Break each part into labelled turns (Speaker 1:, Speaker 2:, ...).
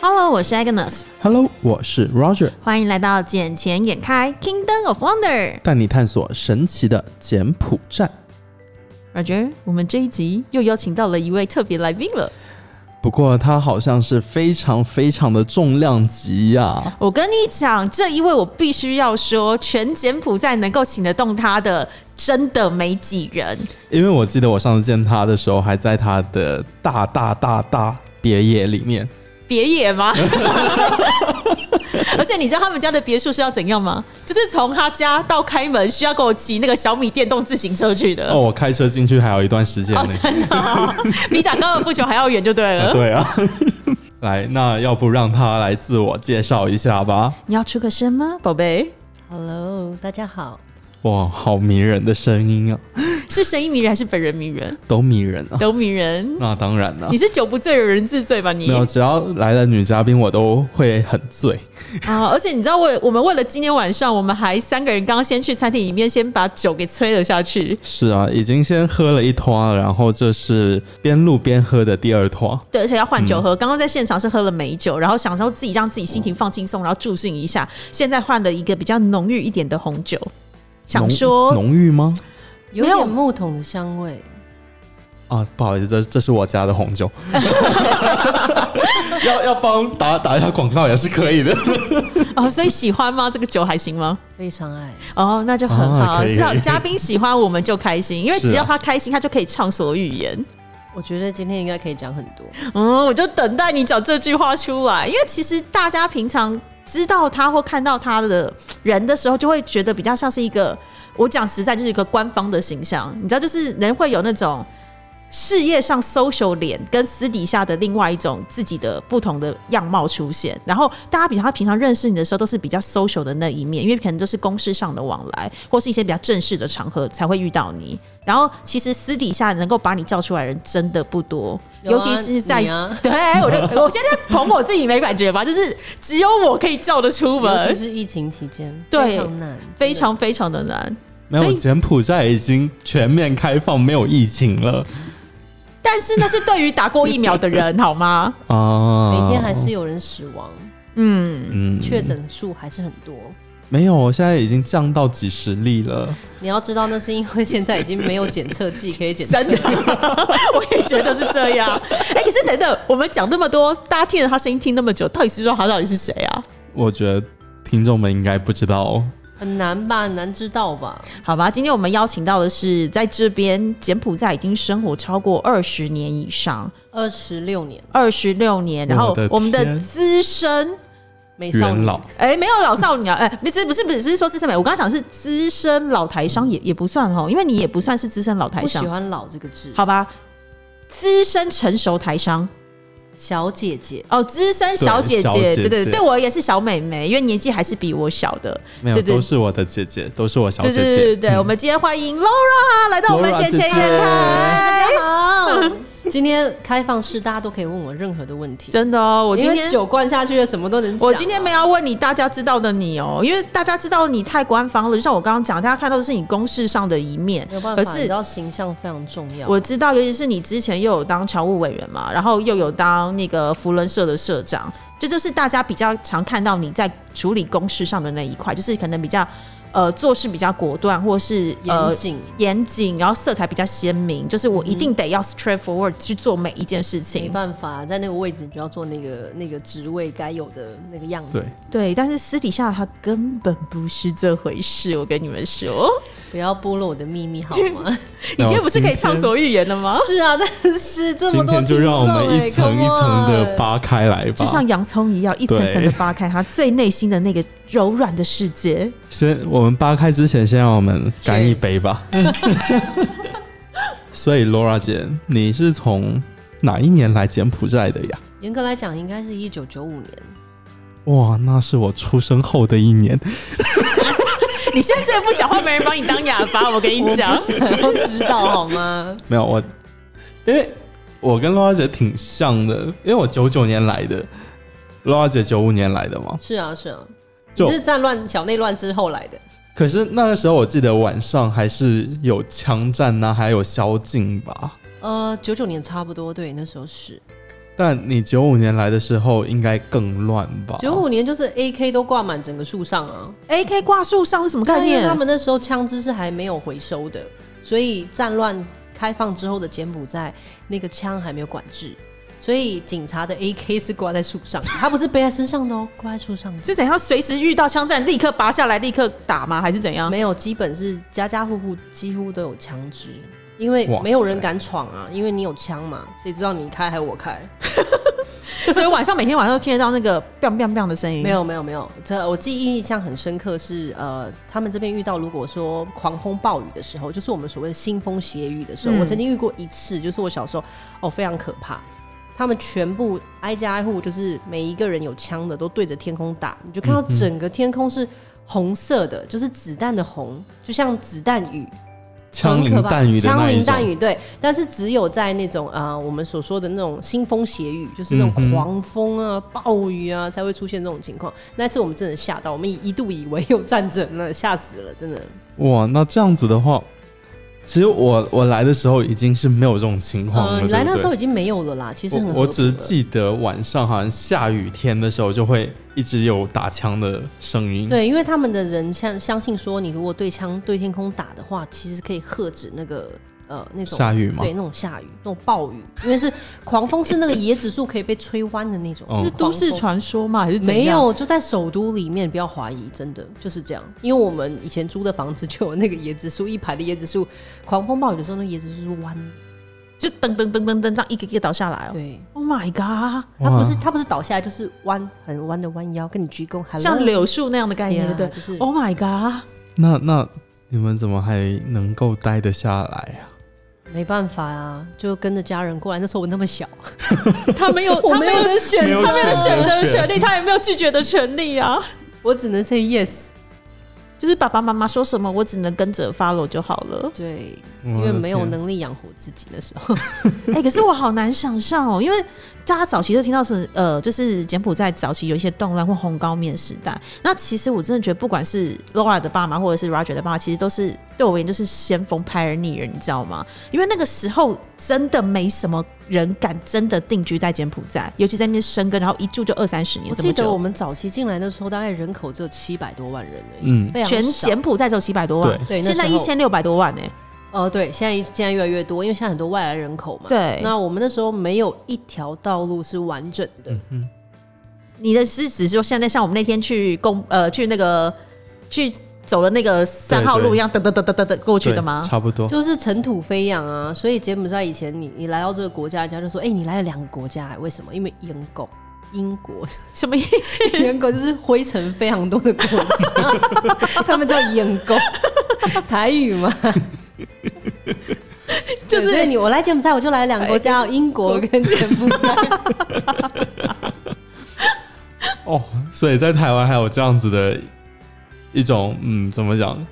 Speaker 1: Hello，我是 Agnes，
Speaker 2: Hello，我是 Roger，
Speaker 1: 欢迎来到《眼前眼开 Kingdom of Wonder》。
Speaker 2: 带你探索神奇的柬埔寨。
Speaker 1: Roger，我们这一集又邀请到了一位特别来宾了。
Speaker 2: 不过它好像是非常非常的重量级呀、
Speaker 1: 我跟你讲，这一位我必须要说，全柬埔寨能够请得动他的，真的没几人。
Speaker 2: 因为我记得我上次见他的时候，还在他的大大大大别野里面，
Speaker 1: 别野吗？ 而且你知道他们家的别墅是要怎样吗？就是从他家到开门需要给我骑那个小米电动自行车去的。
Speaker 2: 哦，我开车进去还有一段时间呢、
Speaker 1: 嗯哦，真的哦、 比打高尔夫球还要远就对了。
Speaker 2: 对啊，来，那要不让他来自我介绍一下吧？
Speaker 1: 你要出个声吗，宝贝？
Speaker 3: Hello，大家好，
Speaker 2: 哇，好迷人的声音啊，
Speaker 1: 是声音迷人还是本人迷人？
Speaker 2: 都迷人 啊！
Speaker 1: 都迷 人。
Speaker 2: 那当然了、
Speaker 1: 你是酒不醉人自醉吧你
Speaker 2: 没？有，只要来了女嘉宾，我都会很醉。
Speaker 1: 啊！而且你知道为我们为了今天晚上，我们还三个人刚先去餐厅里面先把酒给催了下去。
Speaker 2: 是啊，已经先喝了一坨，然后这是边录边喝的第二坨。
Speaker 1: 对，而且要换酒
Speaker 2: 嗯
Speaker 1: 喝。刚刚在现场是喝了美酒，然后想说自己让自己心情放轻松，然后助兴一下。现在换了一个比较浓郁一点的红酒，想
Speaker 2: 浓
Speaker 1: 说
Speaker 2: 浓郁 吗？
Speaker 3: 有
Speaker 1: 没有
Speaker 3: 点木桶的香味，
Speaker 2: 啊，不好意思，这这是我家的 红酒。要要帮打打一下广告也是可 以的。
Speaker 1: 哦，所以喜欢吗？这个酒还行吗？
Speaker 3: 非常爱。
Speaker 1: 哦，那就很
Speaker 2: 啊
Speaker 1: 好，
Speaker 2: 可以
Speaker 1: 至少
Speaker 2: 可以
Speaker 1: 嘉宾喜欢我们就开 心，因为
Speaker 2: 是啊
Speaker 1: 只要他开心，他就可以畅所欲言。
Speaker 3: 我觉得今天应该可以讲很 多，
Speaker 1: 嗯，我就等待你讲这句话出来，因为其实大家平常知道他或看到他的人的时候，就会觉得比较像是一个，我讲实在就是一个官方的形象，你知道，就是人会有那种事业上 social 脸跟私底下的另外一种自己的不同的样貌出现，然后大家比他平常认识你的时候都是比较 social 的那一面，因为可能都是公事上的往来或是一些比较正式的场合才会遇到你。然后其实私底下能够把你叫出来的人真的不多，
Speaker 3: 有
Speaker 1: 尤
Speaker 3: 啊
Speaker 1: 其是在
Speaker 3: 你 啊
Speaker 1: 对我就我现在捧我自己没感觉吧，就是只有我可以叫得出
Speaker 3: 尤其
Speaker 1: 门，
Speaker 3: 是疫情期间，
Speaker 1: 对
Speaker 3: 非常难，
Speaker 1: 非常非常的难。
Speaker 2: 没
Speaker 1: 所
Speaker 2: 有，
Speaker 1: 以
Speaker 2: 柬埔寨已经全面开放，没有疫情了
Speaker 1: 但是那是对于打过疫苗的人好吗？
Speaker 2: 啊。
Speaker 3: 每天还是有人死亡，
Speaker 1: 嗯，
Speaker 2: 嗯
Speaker 3: 确诊数还是很多。
Speaker 2: 没有，我现在已经降到几十例了。
Speaker 3: 你要知道，那是因为现在已经没有检测剂可以 检测
Speaker 1: 真，的， 我也觉得是这样。哎、可是等等，我们讲那么多，大家听了他声音听那么久，到底是说他到底是谁啊？
Speaker 2: 我觉得听众们应该不知道、哦。
Speaker 3: 很难吧？很难知道吧？
Speaker 1: 好吧，今天我们邀请到的是在这边柬埔寨已经生活超过二十年以上，
Speaker 3: 二十六年
Speaker 1: 二十六年，然
Speaker 2: 我
Speaker 1: 后
Speaker 2: 的
Speaker 1: 我们的
Speaker 2: 天
Speaker 1: 资深
Speaker 3: 美少
Speaker 2: 元
Speaker 3: 女，
Speaker 2: 老，
Speaker 1: 哎、没有老少女啊，哎、不是不是不是，是说资深美，我刚刚想是资深老台商也也不算哦，因为你也不算是资深老台
Speaker 3: 不喜
Speaker 1: 商，
Speaker 3: 欢“老”这个字。
Speaker 1: 好吧？资深成熟台商
Speaker 3: 小姐姐，
Speaker 1: 哦，资深小姐
Speaker 2: 对小
Speaker 1: 姐，
Speaker 2: 姐姐
Speaker 1: 对对对，对我也是小妹妹，因为年纪还是比我小的，
Speaker 2: 没有，
Speaker 1: 对对
Speaker 2: 都是我的姐姐，都是我小姐
Speaker 1: 对
Speaker 2: 姐。嗯
Speaker 1: 对对对对，我们今天欢迎 Laura 来到我们
Speaker 2: Laura
Speaker 1: 眼前
Speaker 2: 姐姐
Speaker 1: 眼台，
Speaker 3: 好，今天开放式，大家都可以问我任何的问题。
Speaker 1: 真的哦，我今
Speaker 3: 因为
Speaker 1: 天
Speaker 3: 酒灌下去了，什么都能讲啊。
Speaker 1: 我今天没有要问你大家知道的你哦，因为大家知道你太官方了，就像我刚刚讲，大家看到的是你公事上的一面，
Speaker 3: 没有办
Speaker 1: 可
Speaker 3: 法，你
Speaker 1: 是
Speaker 3: 知道形象非常重要。
Speaker 1: 我知道，尤其是你之前又有当侨务委员嘛，然后又有当那个福伦社的社长，这就是大家比较常看到你在处理公事上的那一块，就是可能比较呃做事比较果断，或是
Speaker 3: 严
Speaker 1: 呃
Speaker 3: 谨，
Speaker 1: 严谨，然后色彩比较鲜明，就是我一定得要 straightforward 去做每一件事
Speaker 3: 没
Speaker 1: 情。
Speaker 3: 办法，在那个位置你就要做那个那个职位该有的那个样子
Speaker 2: 对。
Speaker 1: 对，但是私底下他根本不是这回事，我跟你们说，
Speaker 3: 不要暴露我的秘密好吗？
Speaker 1: 你今天不是可以畅
Speaker 2: 唱
Speaker 1: 所欲言的吗？
Speaker 3: 是啊， 但是这么
Speaker 2: 今
Speaker 3: 多
Speaker 2: 天
Speaker 3: 听
Speaker 2: 就
Speaker 3: 众、欸，
Speaker 2: 让我们一层一层的
Speaker 3: come on。
Speaker 2: 扒开来吧，
Speaker 1: 就像洋葱一样，一层层的
Speaker 2: 对
Speaker 1: 扒开他最内心的那个柔软的世界。
Speaker 2: 先我们扒开之前，先让我们干一
Speaker 3: Cheers
Speaker 2: 杯吧。 所以，Laura 姐，你是从哪一年来柬埔寨的呀？
Speaker 3: 严格来讲，应该是一九九五年。
Speaker 2: 哇，那是我出生后的一年，
Speaker 1: 你现在真的不讲话，没人帮你当哑巴。我跟你讲，
Speaker 3: 都知道好吗？
Speaker 2: 没有我，因为我跟 Laura 姐挺像的，因为我九九年来的，Laura 姐九五年来的嘛。
Speaker 3: 是啊，是啊，
Speaker 2: 就
Speaker 3: 你是战乱小内乱之后来的，
Speaker 2: 可是那个时候，我记得晚上还是有啊枪战呐、还有宵禁吧。
Speaker 3: 呃，九九年差不多，对，那时候是
Speaker 2: 但你九五年来的时候应该更乱吧？
Speaker 3: 九五年就是 AK 都挂满整个树上啊，
Speaker 1: A K 挂树上是什么概
Speaker 3: 但因为
Speaker 1: 念？
Speaker 3: 哎他们那时候枪支是还没有回收的，所以战乱开放之后的柬埔寨那个枪还没有管制，所以警察的 AK 是挂在树上， 他不是背在身上的哦，挂在树上的。
Speaker 1: 是怎样？随时遇到枪战，立刻拔下来，立刻打吗？还是怎样？
Speaker 3: 没有，基本是家家户户几乎都有枪支，因为
Speaker 2: 哇塞
Speaker 3: 没有人敢闯啊，因为你有枪嘛，谁知道你开还是我开？
Speaker 1: 所以晚上每天晚上都听得到那个 biang biang biang 的声音。
Speaker 3: 没有没有没有，这我记忆印象很深刻是呃，他们这边遇到如果说狂风暴雨的时候，就是我们所谓的腥风血雨的时候，
Speaker 1: 嗯
Speaker 3: 我曾经遇过一次，就是我小时候哦非常可怕，他们全部挨家挨户就是每一个人有枪的都对着天空打，你就看到整个天空是红色的，就是子弹的红，就像子弹雨，
Speaker 2: 枪林弹雨的
Speaker 3: 枪
Speaker 2: 那一
Speaker 3: 林
Speaker 2: 种
Speaker 3: 弹，雨，对。但是只有在那种呃，我们所说的那种腥风血雨，就是
Speaker 2: 嗯
Speaker 3: 那种
Speaker 2: 哼
Speaker 3: 狂风啊、暴雨啊，才会出现这种情况。那次我们真的吓到，我们一度以为有战争了，吓死了， 真的。
Speaker 2: 哇，那这样子的话，其实我我来的时候已经是没有这种情况了。
Speaker 3: 呃，来那时候
Speaker 2: 对
Speaker 3: 已经没有了啦，其实
Speaker 2: 不对
Speaker 3: 很
Speaker 2: 我我
Speaker 3: 和
Speaker 2: 只
Speaker 3: 平了
Speaker 2: 记得晚上好像下雨天的时候就会一直有打枪的声音。
Speaker 3: 嗯对，因为他们的人相相信说，你如果对枪对天空打的话，其实可以喝止那个呃那种
Speaker 2: 下雨吗
Speaker 3: 对？那种下雨那种暴雨，因为是狂风是那个椰子树可以被吹弯的那种，
Speaker 2: 嗯
Speaker 1: 是都市
Speaker 3: 狂风
Speaker 1: 传说吗？还是怎样？
Speaker 3: 没有，就在首都里面，不要怀疑，真的就是这样。因为我们以前租的房子就有那个椰子树，一排的椰子树，狂风暴雨的时候，那椰子树是弯的。
Speaker 1: 就噔噔噔噔噔这样一个一个倒下来哦。
Speaker 3: 对，
Speaker 1: Oh my god！
Speaker 3: 它
Speaker 2: 哇
Speaker 3: 不是它不是倒下来，就是弯，很弯的弯腰，跟你鞠躬，还
Speaker 1: 像柳树那样的概念，对不对
Speaker 3: 就是
Speaker 1: Oh my god！
Speaker 2: 那那你们怎么还能够待得下来啊？
Speaker 3: 没办法啊，就跟着家人过来。那时候我那 么小，
Speaker 1: 他没 有，
Speaker 3: 我
Speaker 1: 他
Speaker 3: 没
Speaker 1: 没
Speaker 3: 有
Speaker 1: 有，
Speaker 3: 得选
Speaker 2: 没有
Speaker 3: 择，
Speaker 1: 他没有选择
Speaker 2: 没有
Speaker 1: 的
Speaker 2: 选
Speaker 1: 权利，他也没有拒绝的权利啊。
Speaker 3: 我只能 say yes。
Speaker 1: 就是爸爸妈妈说什么，我只能跟着 follow 就好了。
Speaker 3: 对，因
Speaker 2: 因
Speaker 3: 为没有能力养活自己那时候。
Speaker 2: 啊
Speaker 1: 哎、可是我好难想象哦，因为大家早期都听到是呃，就是柬埔寨早期有一些动乱或红高面时代。那其实我真的觉得，不管是 Laura 的爸妈或者是 Roger 的爸妈，其实都是对我而言就是先锋 pioneer，你知道吗？因为那个时候真的没什么人敢真的定居在柬埔寨，尤其在那边生根，然后一住就二三十年，
Speaker 3: 我
Speaker 1: 这么
Speaker 3: 记得我
Speaker 1: 久。
Speaker 3: 们早期进来的时候，大概人口只有七百多万人而已，
Speaker 2: 嗯，
Speaker 3: 非常
Speaker 1: 全
Speaker 3: 少
Speaker 1: 柬埔寨只有七百多万，
Speaker 3: 对，那
Speaker 1: 现在
Speaker 3: 时
Speaker 1: 一
Speaker 3: 候
Speaker 1: 千六百多万欸呢、
Speaker 3: 呃，对，现在现在越来越多，因为现在很多外来人口嘛。。
Speaker 1: 对，
Speaker 3: 那我们那时候没有一条道路是完整的，
Speaker 1: 你的是指说现在像我们那天去公呃去那个去走了那个三号
Speaker 2: 对
Speaker 1: 路
Speaker 2: 对
Speaker 1: 一样，噔噔噔噔噔噔过去的吗
Speaker 2: 对？差不多。
Speaker 3: 就是尘土飞扬啊。所以柬埔寨以前你你来到这个国家，人家就说：“哎、你来了两个国家、为什么？因为英国，英国，
Speaker 1: 什么意思？
Speaker 3: 英国就是灰尘非常多的国家， 他们叫英国，台语嘛。
Speaker 1: 就
Speaker 3: 对所以
Speaker 1: 是哎
Speaker 3: 你我来柬埔寨，我就来两个国家哦，英国跟柬埔寨。
Speaker 2: 哦，所以在台湾还有这样子的一种，嗯，怎么讲？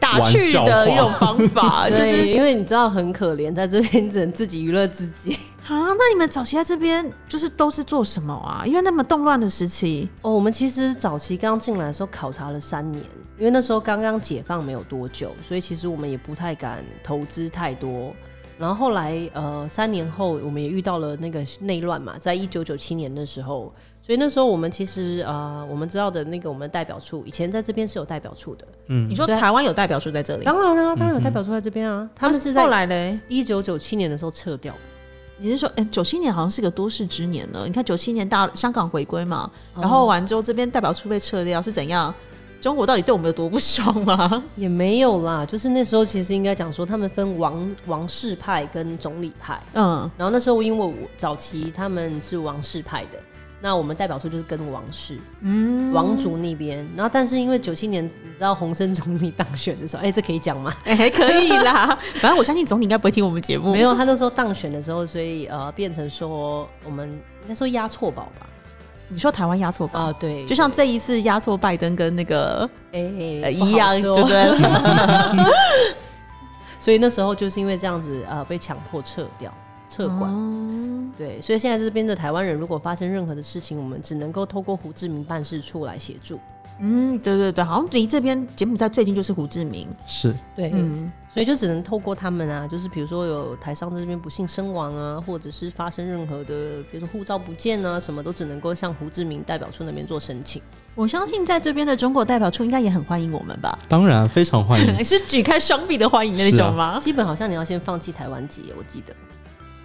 Speaker 1: 打趣的一种方法， 就是
Speaker 3: 对，因为你知道很可怜，在这边只能自己娱乐自己。
Speaker 1: 啊，那你们早期在这边就是都是做什么啊？因为那么动乱的时期，
Speaker 3: 哦，我们其实早期刚进来的时候考察了三年，因为那时候刚刚解放没有多久，所以其实我们也不太敢投资太多。然后后来呃，三年后我们也遇到了那个内乱嘛，在一九九七年的时候，所以那时候我们其实呃，我们知道的那个我们的代表处，以前在这边是有代表处的，
Speaker 2: 嗯
Speaker 1: 你说
Speaker 3: 对
Speaker 1: 台湾有代表处在这里，
Speaker 3: 当然啦、当然有代表处在这边啊，他们是
Speaker 1: 嗯后
Speaker 3: 在
Speaker 1: 来嘞？
Speaker 3: 一九九七年的时候撤掉的。
Speaker 1: 你是说，哎、九七年好像是个多事之年了。你看九七年大香港回归嘛，然后完之后这边代表处被撤掉是怎样？中国到底对我们有多不爽啊？
Speaker 3: 也没有啦，就是那时候其实应该讲说，他们分王王室派跟总理派。
Speaker 1: 嗯，
Speaker 3: 然后那时候因为我早期他们是王室派的，那我们代表处就是跟王室，嗯，王族那边。然后但是因为九七年你知道洪森总理当选的时候，哎、这可以 讲吗？
Speaker 1: 哎、还可以啦， 反正我相信总理应该不会听我们节目。
Speaker 3: 没有，他那时候当选的时候，所以呃变成说我们应该说押错宝吧？
Speaker 1: 你说台湾压错吧？
Speaker 3: 啊、对，
Speaker 1: 哦就像这一次压错拜登跟那个
Speaker 3: 哎、
Speaker 1: 呃
Speaker 3: 不好
Speaker 1: 一样，
Speaker 3: 说
Speaker 1: 对不对？
Speaker 3: 所以那时候就是因为这样子呃被强迫撤掉撤
Speaker 1: 哦
Speaker 3: 管。对，所以现在这边的台湾人，如果发生任何的事情，我们只能够透过胡志明办事处来协助。
Speaker 1: 嗯，对对对，好像离这边柬埔寨最近就是胡志明，
Speaker 2: 是
Speaker 3: 对，
Speaker 1: 嗯
Speaker 3: 所以就只能透过他们啊，就是比如说有台商在这边不幸身亡啊，或者是发生任何的，比如说护照不见啊，什么都只能够向胡志明代表处那边做申请。
Speaker 1: 我相信在这边的中国代表处应该也很欢迎我们吧？。
Speaker 2: 当然非常欢 迎
Speaker 1: 是举开双臂的欢迎那种吗？
Speaker 3: 基本好像你要先放弃台湾籍，我记得。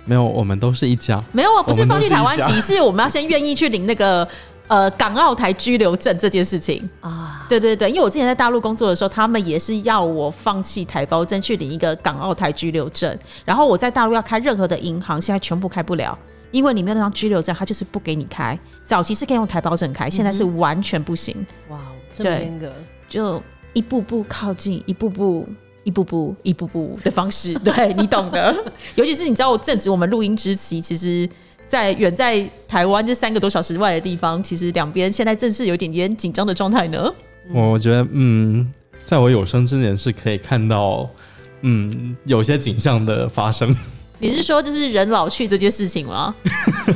Speaker 2: 没有，我们都是一家。
Speaker 1: 没有啊，不是
Speaker 2: 我们都
Speaker 1: 放弃台湾
Speaker 2: 是一
Speaker 1: 籍，是我们要先愿意去领那个呃港澳台居留证这件事情。
Speaker 3: 啊，
Speaker 1: 对对对，因为我之前在大陆工作的时候，他们也是要我放弃台胞证去领一个港澳台居留证，然后我在大陆要开任何的银行，现在全部开不了，因为你没有那张居留证，他就是不给你开。早期是可以用台胞证开，现在是完全不行，
Speaker 3: 哇，哦这么
Speaker 1: 对
Speaker 3: 严格，
Speaker 1: 就一步步靠近，一步步。一步步、一步步的方式，对你懂的。尤其是你知道，我正值我们录音之期，其实，在远在台湾这三个多小时外的地方，其实两边现在正是有点点紧张的状态呢。
Speaker 2: 我觉得，嗯，在我有生之年是可以看到，嗯，有些景象的发 生，
Speaker 1: 你是说就是人老去这件事情吗？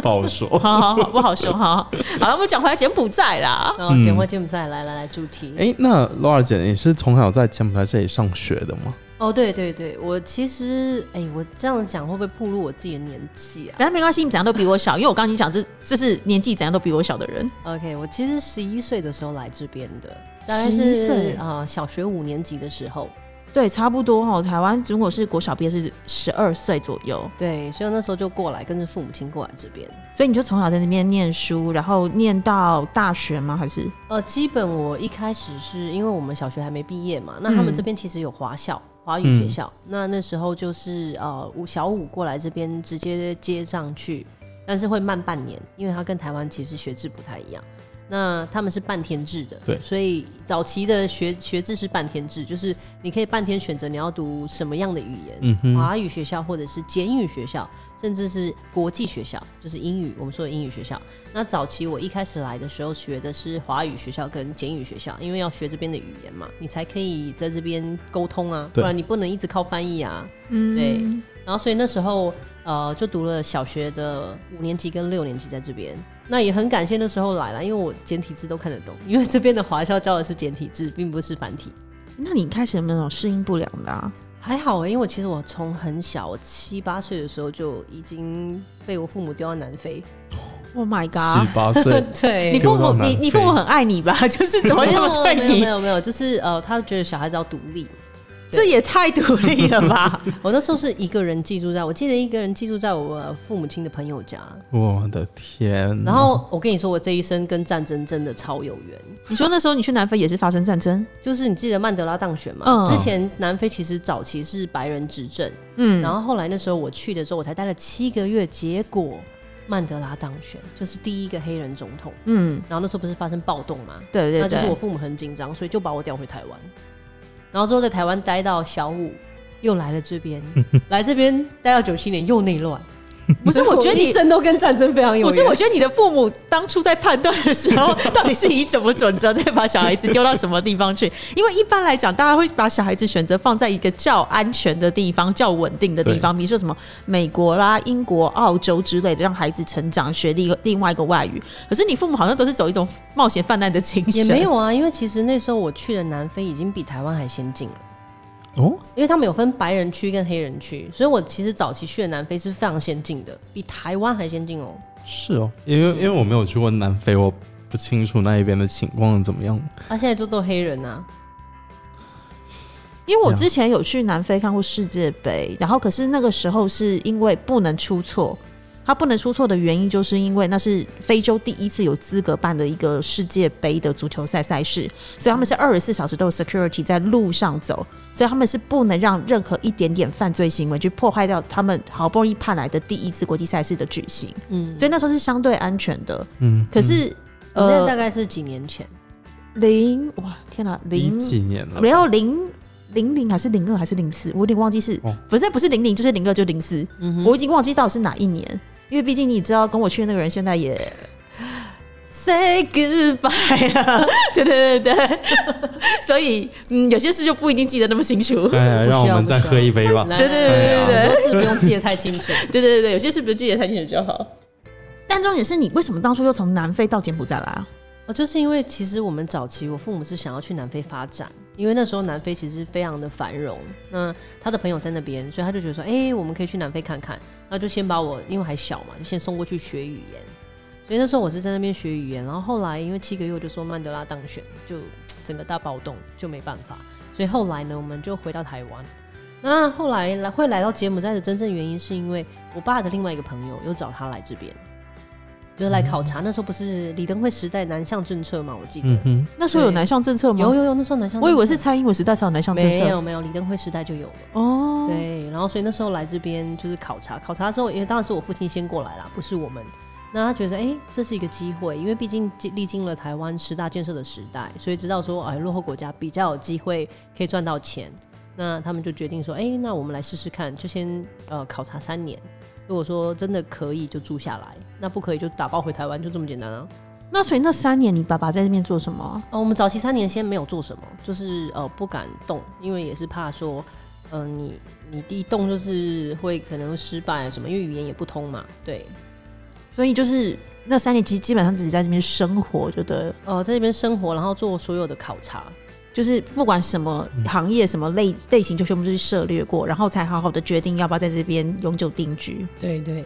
Speaker 2: 不好说。
Speaker 1: 好好好，不好说哈。好了，我们讲回来柬埔寨啦。
Speaker 3: 然后柬埔寨柬埔寨来来来主题。
Speaker 2: 哎、那罗尔姐，你是从小在柬埔寨这里上学的吗？
Speaker 3: 哦，对对对，我其实哎、我这样讲会不会暴露我自己的年纪啊
Speaker 1: 反正没关系，你怎样都比我小，因为我刚刚已经讲这这是年纪怎样都比我小的人。
Speaker 3: ？OK，我其实十一岁的时候来这边的，大概
Speaker 1: 11
Speaker 3: 是
Speaker 1: 岁
Speaker 3: 啊、小学五年级的时候。
Speaker 1: 对，差不多哈。台湾如果是国小毕业是十二岁左右，
Speaker 3: 对，所以那时候就过来跟着父母亲过来这边。
Speaker 1: 所以你就从小在那边念书，然后念到大学吗？还是
Speaker 3: 呃，基本我一开始是因为我们小学还没毕业嘛，那他
Speaker 2: 嗯
Speaker 3: 们这边其实有华校。华语学校，那那时候就是呃，五小五过来这边直接接上去，但是会慢半年，因为他跟台湾其实学制不太一样。那他们是半天制的，
Speaker 2: 对
Speaker 3: 所以早期的学学制是半天制，就是你可以半天选择你要读什么样的语言，
Speaker 2: 嗯哼，
Speaker 3: 华语学校或者是简语学校，甚至是国际学校，就是英语，我们说的英语学校。那早期我一开始来的时候学的是华语学校跟简语学校，因为要学这边的语言嘛，你才可以在这边沟通啊，不
Speaker 2: 对
Speaker 3: 然你不能一直靠翻译啊。嗯，对。然后所以那时候呃，就读了小学的五年级跟六年级在这边。那也很感谢那时候来了，因为我简体字都看得懂，因为这边的华校教的是简体字，并不是繁体。
Speaker 1: 那你一开始有没有适应不良的啊？
Speaker 3: 还好欸，因为我其实我从很小，我七八岁的时候就已经被我父母丢到南非。
Speaker 1: Oh my
Speaker 2: 七
Speaker 1: god！
Speaker 2: 八岁
Speaker 3: 对
Speaker 1: 你父
Speaker 2: 丢到
Speaker 1: 母，
Speaker 2: 南
Speaker 1: 你
Speaker 2: 非
Speaker 1: 你父母很爱你吧？ 就是怎么
Speaker 3: 没
Speaker 1: 那
Speaker 3: 有
Speaker 1: 么
Speaker 3: 没有
Speaker 1: 对
Speaker 3: 没
Speaker 1: 你，
Speaker 3: 有没有，就是呃，他觉得小孩子要独立。
Speaker 1: 这也太独立了吧？
Speaker 3: 我那时候是一个人寄住在，我记得一个人寄住在我父母亲的朋友家。
Speaker 2: 我的天！
Speaker 3: 然后我跟你说，我这一生跟战争真的超有缘。
Speaker 1: 你说那时候你去南非也是发生战争？
Speaker 3: 就是你记得曼德拉当选嘛？
Speaker 1: 嗯
Speaker 3: 之前南非其实早期是白人执政，嗯，然后后来那时候我去的时候，我才待了七个月，结果曼德拉当选，就是第一个黑人总统。
Speaker 1: 嗯，
Speaker 3: 然后那时候不是发生暴动嘛？
Speaker 1: 对对对，
Speaker 3: 那就是我父母很紧张，所以就把我调回台湾。然后之后在台湾待到小五，又来了这 边，来这边待到九七年又内 乱。
Speaker 1: 不是，我觉得
Speaker 3: 一
Speaker 1: 你。
Speaker 3: 生都跟战争非常有
Speaker 1: 不
Speaker 3: 缘。
Speaker 1: 是，我觉得你的父母当初在判断的时候，到底是以什么准则在把小孩子丢到什么地方去？ 因为一般来讲，大家会把小孩子选择放在一个较安全的地方、较稳定的地方，比如说什么美国啦、英国、澳洲之类的，让孩子成长、学历另外一个外语。可是你父母好像都是走一种冒险泛滥的精 神，
Speaker 3: 也没有啊，因为其实那时候我去的南非已经比台湾还先进了。
Speaker 2: 哦，
Speaker 3: 因为他们有分白人区跟黑人区，所以我其实早期去的南非是非常先进的，比台湾还先进哦。
Speaker 2: 是哦，因为因为我没有去过南非，我不清楚那一边的情况怎么样。
Speaker 3: 啊，现在就都黑人啊，
Speaker 1: 因为我之前有去南非看过世界杯，然后可是那个时候是因为不能出错，它不能出错的原因就是因为那是非洲第一次有资格办的一个世界杯的足球赛赛事，所以他们是二十四小时都有 security 在路上走，所以他们是不能让任何一点点犯罪行为去破坏掉他们好不容易盼来的第一次国际赛事的举行，
Speaker 3: 嗯，
Speaker 1: 所以那时候是相对安全的。
Speaker 2: 嗯，
Speaker 1: 可是、
Speaker 3: 那大
Speaker 1: 呃，
Speaker 3: 概是几年前，
Speaker 1: 零哇天哪，
Speaker 2: 一
Speaker 1: 零
Speaker 2: 几年了
Speaker 1: 没？有零零零还是零二还是零四，我有点忘记是，
Speaker 2: 哦
Speaker 1: 反正不是零零就是零二就零四、我已经忘记到底是哪一年，因为毕竟你知道跟我去的那个人现在也 say goodbye 了， 对对对对， 所以嗯有些事就不一定记得那么清楚，
Speaker 2: 哎呀，
Speaker 3: 不需要
Speaker 2: 让我们再喝一杯 吧。
Speaker 3: 来
Speaker 1: 对对对对对
Speaker 3: 很多事不用记得太清楚。
Speaker 1: 对对对对，有些事不记得太清楚就好。但重点是你为什么当初又从南非到柬埔寨来啊？
Speaker 3: 哦，就是因为其实我们早期我父母是想要去南非发展，因为那时候南非其实非常的繁荣，那他的朋友在那边，所以他就觉得说，哎、我们可以去南非看看，那就先把我因为还小嘛，就先送过去学语言。所以那时候我是在那边学语言，然后后来因为七个月我就说曼德拉当选，就整个大暴动，就没办法。所以后来呢，我们就回到台湾。那后来来会来到柬埔寨的真正原因，是因为我爸的另外一个朋友又找他来这边，就是来考察。那时候不是李登辉时代南向政策嘛？我记得、
Speaker 2: 嗯哼，
Speaker 1: 那时候有
Speaker 3: 对
Speaker 1: 南向政策吗？
Speaker 3: 有有有，那时候南向政策，
Speaker 1: 我以为是蔡英文时代才有南向政
Speaker 3: 没
Speaker 1: 策。
Speaker 3: 有没有，李登辉时代就有了。
Speaker 1: 哦，
Speaker 3: 对，然后所以那时候来这边就是考察，考察的时候，因为当然是我父亲先过来啦，不是我们。那他觉得，哎、这是一个机会，因为毕竟经历经了台湾十大建设的时代，所以知道说，哎，落后国家比较有机会可以赚到钱。那他们就决定说，哎、那我们来试试看，就先呃考察三年。如果说真的可以，就住下来；那不可以，就打包回台湾，就这么简单啊。
Speaker 1: 那所以那三年你爸爸在那边做什么？
Speaker 3: 呃，我们早期三年先没有做什么，就是呃不敢动，因为也是怕说，嗯、你你一动就是会可能会失败啊什么，因为语言也不通嘛。对，
Speaker 1: 所以就是那三年其实基本上自己在这边生活，就对了，
Speaker 3: 呃，在这边生活，然后做所有的考察，
Speaker 1: 就是不管什么行业、什么类类型，就全部就是涉略过，然后才好好的决定要不要在这边永久定居。
Speaker 3: 对对，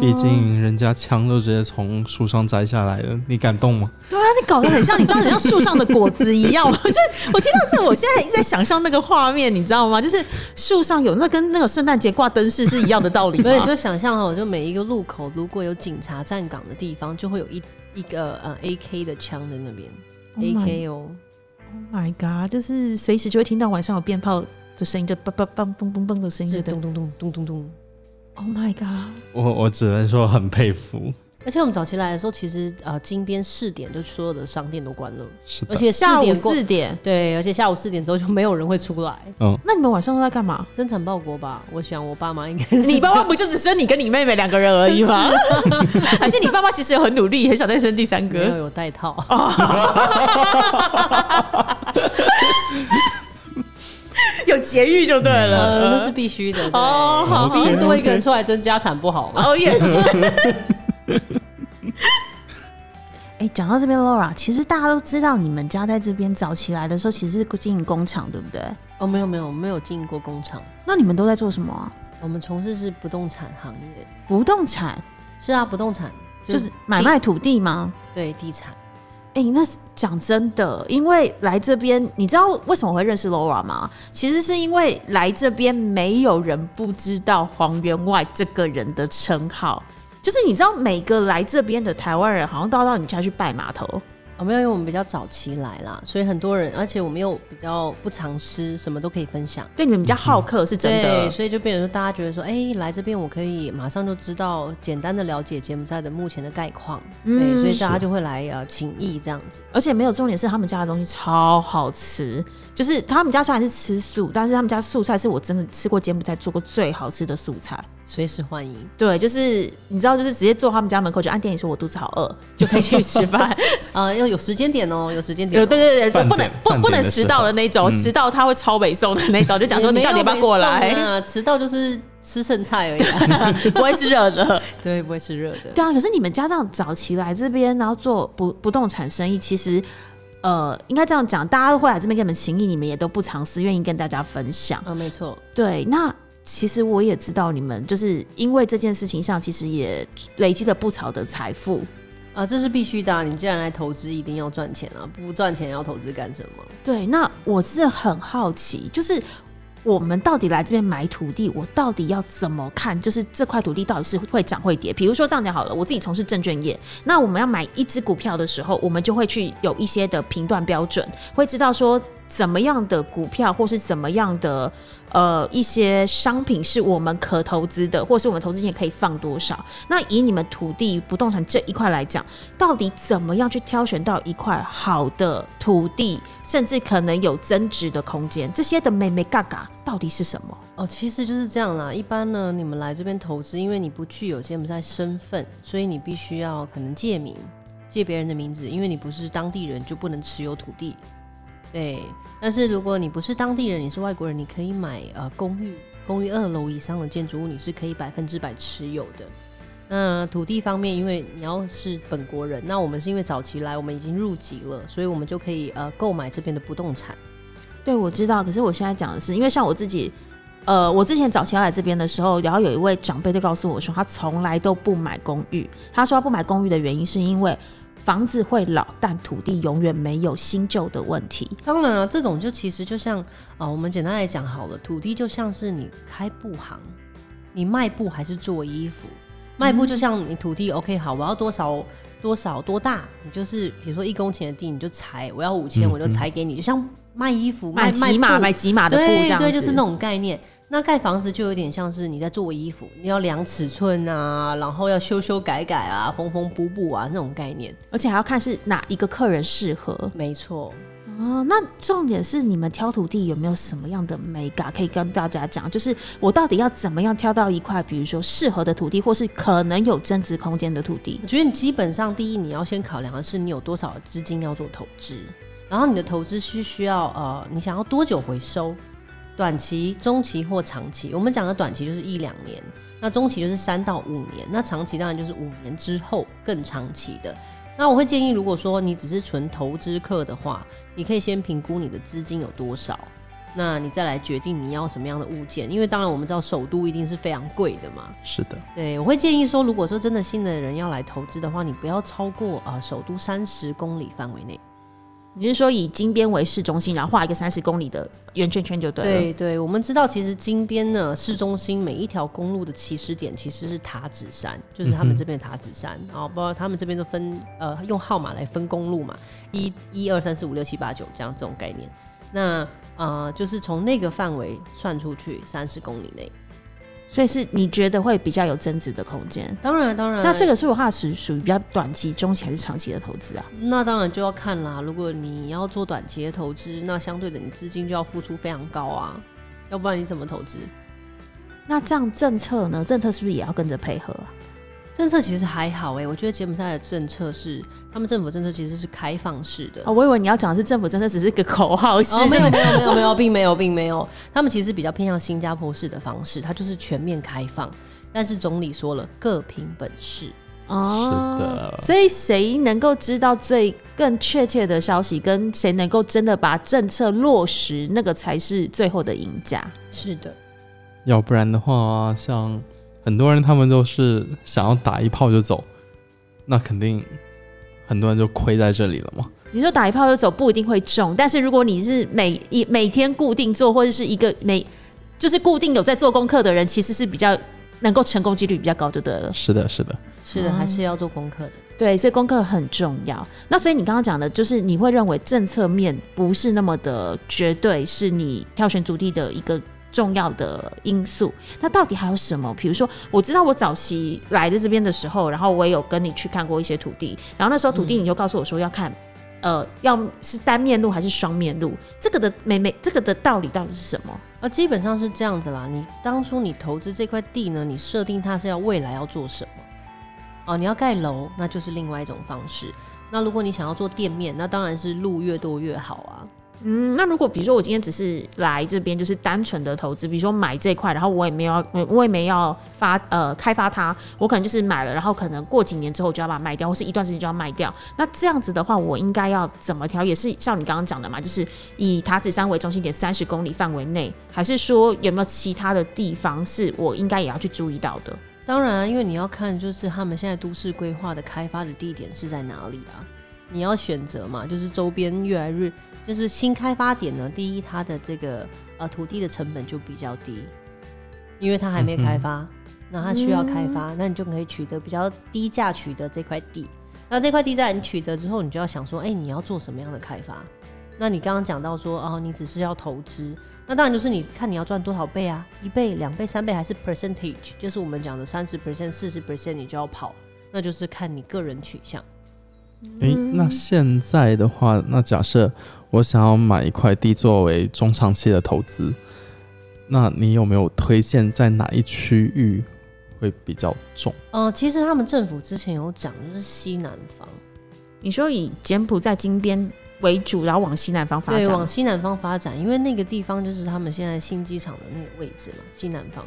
Speaker 2: 毕竟人家枪都直接从树上摘下来了，你敢动吗？
Speaker 1: 对啊，你搞得很像，你知道，很像树上的果子一样。我 就我听到这，我现在一直在想象那个画面，你知道吗？就是树上有那跟那个圣诞节挂灯饰是一样的道理
Speaker 3: 所以
Speaker 1: 吗？
Speaker 3: 就想象哦哈，就每一个路口如果有警察站岗的地方，就会有一一个呃 AK 的枪在那边、
Speaker 1: Oh
Speaker 3: a
Speaker 1: my
Speaker 3: k 哦，
Speaker 1: Oh my god！就是随时就会听到晚上有鞭炮的声音，就嘣嘣嘣嘣嘣嘣的声音，就
Speaker 3: 是
Speaker 1: 对
Speaker 3: 咚。咚咚咚咚咚。
Speaker 1: Oh my god！
Speaker 2: 我我只能说很佩服。
Speaker 3: 而且我们早期来的时候，其实呃金边四点就所有的商店都关了，
Speaker 2: 是的
Speaker 3: 而，且
Speaker 1: 呃下
Speaker 3: 四
Speaker 1: 午
Speaker 3: 点过
Speaker 1: 四点，
Speaker 3: 对，而且下午四点之后就没有人会出来，
Speaker 2: 嗯，
Speaker 1: 那你们晚上都在干嘛？
Speaker 3: 真产报国吧？我想我爸妈应该是
Speaker 1: 你爸爸不就只生你跟你妹妹两个人而已吗？ 还是你爸爸其实也很努力，很想再生第三
Speaker 3: 没有
Speaker 1: 个？
Speaker 3: 有带套，
Speaker 1: 有节育就对
Speaker 3: 呃，
Speaker 1: 了。
Speaker 3: 那是必须的。
Speaker 1: 哦，
Speaker 3: 哦，
Speaker 1: 好，
Speaker 3: 毕竟多一个人出来争家产不好嘛。
Speaker 1: 哦也是。 哎，讲到这边，Laura，其实大家都知道，你们家在这边早起来的时候，其实是经营工厂，对不对？
Speaker 3: 哦，没有没有没有进过工厂，
Speaker 1: 那你们都在做什么啊？
Speaker 3: 我们从事是不动产行业。
Speaker 1: 不动产
Speaker 3: 是啊，不动产
Speaker 1: 就
Speaker 3: 就是是
Speaker 1: 买卖土地吗？
Speaker 3: 对地产。
Speaker 1: 哎、那是讲真的，因为来这边，你知道为什么会认识 Laura 吗？其实是因为来这边没有人不知道黄员外这个人的称号，就是你知道每个来这边的台湾人好像都要到你家去拜码头，
Speaker 3: 哦，没有，因为我们比较早期来啦，所以很多人，而且我们又比较不常吃，什么都可以分享。
Speaker 1: 对你们比较好客是真
Speaker 3: 嗯对，
Speaker 1: 的。
Speaker 3: 所以就变成说，大家觉得说，哎、来这边我可以马上就知道，简单的了解柬埔寨的目前的概况，
Speaker 1: 嗯
Speaker 3: 对，所以大家就会来呃请益这样子。
Speaker 1: 而且没有重点是他们家的东西超好吃，就是他们家虽然是吃素，但是他们家素菜是我真的吃过柬埔寨做过最好吃的素菜。
Speaker 3: 随时欢迎。
Speaker 1: 对，就是你知道，就是直接坐他们家门口就按电铃说“我肚子好饿”，就可以去吃饭。
Speaker 3: 呃，要有时间点哦，有时间点、
Speaker 1: 有
Speaker 3: 哦。
Speaker 1: 对对对，
Speaker 2: 饭
Speaker 1: 不能
Speaker 2: 点
Speaker 1: 不
Speaker 2: 饭
Speaker 1: 不
Speaker 2: 点
Speaker 1: 能
Speaker 2: 的
Speaker 1: 迟
Speaker 2: 时
Speaker 1: 到
Speaker 2: 候嗯
Speaker 1: 的那种，迟到他会超北送的那种，就讲 说你到底要不要过
Speaker 3: 也没有
Speaker 1: 来，
Speaker 3: 北宋啊迟到就是吃剩菜而已啊、
Speaker 1: 不会是热的。
Speaker 3: 对，不会吃热的。
Speaker 1: 对啊，可是你们家这样早期来这边，然后做不不动产生意，其实呃，应该这样讲，大家都会来这边给你们情谊，你们也都不藏私，愿意跟大家分享。
Speaker 3: 啊，没错，
Speaker 1: 对，那其实我也知道，你们就是因为这件事情上，其实也累积了不少的财富。
Speaker 3: 啊，这是必须的啊、你既然来投资，一定要赚钱啊，不赚钱要投资干什么？
Speaker 1: 对，那我是很好奇，就是我们到底来这边买土地，我到底要怎么看？就是这块土地到底是会涨会跌？比如说这样讲好了，我自己从事证券业，那我们要买一只股票的时候，我们就会去有一些的评断标准，会知道说怎么样的股票或是怎么样的呃一些商品是我们可投资的，或是我们投资金额可以放多少。那以你们土地不动产这一块来讲，到底怎么样去挑选到一块好的土地，甚至可能有增值的空间，这些的美美嘎嘎到底是什么？
Speaker 3: 哦，其实就是这样啦。一般呢，你们来这边投资，因为你不具有柬埔寨身份，所以你必须要可能借名，借别人的名字，因为你不是当地人就不能持有土地。对，但是如果你不是当地人，你是外国人，你可以买呃公寓，公寓二楼以上的建筑物，你是可以百分之百持有的。那土地方面，因为你要是本国人，那我们是因为早期来我们已经入籍了，所以我们就可以呃购买这边的不动产。
Speaker 1: 对，我知道。可是我现在讲的是，因为像我自己，呃，我之前早期要来这边的时候，然后有一位长辈就告诉我说，他从来都不买公寓。他说他不买公寓的原因是因为房子会老，但土地永远没有新旧的问题。
Speaker 3: 当然啊，这种就其实就像啊、呃我们简单来讲好了，土地就像是你开布行，你卖布还是做衣服？卖布就像你土地、o k 好，我要多少多少多大，你就是比如说一公顷的地，你就裁，我要五千、
Speaker 2: 嗯
Speaker 3: 我就裁给你，就像卖衣服、
Speaker 1: 买
Speaker 3: 卖
Speaker 1: 几码
Speaker 3: 布
Speaker 1: 买几码的布这样子，
Speaker 3: 对对，就是那种概念。那盖房子就有点像是你在做衣服，你要量尺寸啊，然后要修修改改啊，缝缝补补啊那种概念。
Speaker 1: 而且还要看是哪一个客人适合
Speaker 3: 没错，
Speaker 1: 哦。那重点是你们挑土地有没有什么样的美感可以跟大家讲？就是我到底要怎么样挑到一块，比如说适合的土地，或是可能有增值空间的土地？
Speaker 3: 我觉得你基本上第一你要先考量的是你有多少资金要做投资，然后你的投资是需要呃你想要多久回收，短期、中期或长期。我们讲的短期就是一两年，那中期就是三到五年，那长期当然就是五年之后更长期的。那我会建议，如果说你只是纯投资客的话，你可以先评估你的资金有多少，那你再来决定你要什么样的物件。因为当然我们知道首都一定是非常贵的嘛，
Speaker 2: 是的，
Speaker 3: 对，我会建议说，如果说真的新的人要来投资的话，你不要超过啊、呃首都三十公里范围内。
Speaker 1: 你是说以金边为市中心，然后画一个三十公里的圆圈圈就对了？
Speaker 3: 对对，我们知道其实金边呢，市中心每一条公路的起始点其实是塔子山，就是他
Speaker 1: 嗯
Speaker 3: 们这边的塔子山啊、不知道他们这边都分呃用号码来分公路嘛，一一二三四五六七八九这样这种概念。那呃，就是从那个范围算出去三十公里内。
Speaker 1: 所以是你觉得会比较有增值的空间。
Speaker 3: 当然当然，
Speaker 1: 那这个是话属属于比较短期、中期还是长期的投资啊？
Speaker 3: 那当然就要看啦。如果你要做短期的投资，那相对的你资金就要付出非常高啊，要不然你怎么投资？
Speaker 1: 那这样政策呢？政策是不是也要跟着配合啊？
Speaker 3: 政策其实还好欸诶、我觉得柬埔寨的政策是他们政府政策其实是开放式的。
Speaker 1: 哦，我以为你要讲的是政府政策只是个口号式，
Speaker 3: 哦，没
Speaker 1: 就
Speaker 3: 有
Speaker 1: 是
Speaker 3: 没有没有没有，并没有并没有，他们其实比较偏向新加坡式的方式，它就是全面开放。但是总理说了，各凭本事。
Speaker 1: 哦
Speaker 2: 是的
Speaker 1: 所以谁能够知道最更确切的消息，跟谁能够真的把政策落实，那个才是最后的赢家。
Speaker 3: 是的，
Speaker 2: 要不然的话，像很多人他们都是想要打一炮就走，那肯定很多人就亏在这里了嘛。
Speaker 1: 你说打一炮就走不一定会中，但是如果你是每一每天固定做，或者是一个每就是固定有在做功课的人，其实是比较能够成功几率比较高就对了。
Speaker 2: 是的，是的，
Speaker 3: 是的，
Speaker 1: 哦
Speaker 3: 还是要做功课的。
Speaker 1: 对，所以功课很重要。那所以你刚刚讲的，就是你会认为政策面不是那么的绝对，是你挑选主地的一个重要的因素。那到底还有什么？比如说，我知道我早期来的这边的时候，然后我也有跟你去看过一些土地，然后那时候土地你就告诉我说要看。呃，要是单面路还是双面路？这个的每每这个的道理到底是什么？
Speaker 3: 啊，基本上是这样子啦。你当初你投资这块地呢，你设定它是要未来要做什么？哦，你要盖楼，那就是另外一种方式。那如果你想要做店面，那当然是路越多越好啊。
Speaker 1: 嗯，那如果比如说我今天只是来这边，就是单纯的投资，比如说买这块，然后我也没有要，我也没有要发呃开发它，我可能就是买了，然后可能过几年之后就要把它卖掉，或是一段时间就要卖掉。那这样子的话，我应该要怎么调？也是像你刚刚讲的嘛，就是以塔子山为中心点三十公里范围内，还是说有没有其他的地方是我应该也要去注意到的？
Speaker 3: 当然啊、因为你要看就是他们现在都市规划的开发的地点是在哪里啊？你要选择嘛，就是周边越来越就是新开发点呢，第一它的这个呃土地的成本就比较低，因为它还没开发，那它需要开发，那你就可以取得比较低价取得这块地。那这块地在你取得之后，你就要想说，哎、你要做什么样的开发？那你刚刚讲到说，哦，你只是要投资，那当然就是你看你要赚多少倍啊，一倍、两倍、三倍，还是 percentage，就是我们讲的三十 percent、四十 percent，你就要跑，那就是看你个人取向。
Speaker 2: 诶，
Speaker 3: 嗯
Speaker 2: 那现在的话，那假设我想要买一块地作为中长期的投资，那你有没有推荐在哪一区域会比较重？
Speaker 3: 嗯、其实他们政府之前有讲，就是西南方，
Speaker 1: 你说以柬埔寨金边为主，然后往西南方发
Speaker 3: 对，
Speaker 1: 展
Speaker 3: 往西南方发展，因为那个地方就是他们现在新机场的那个位置嘛，西南方。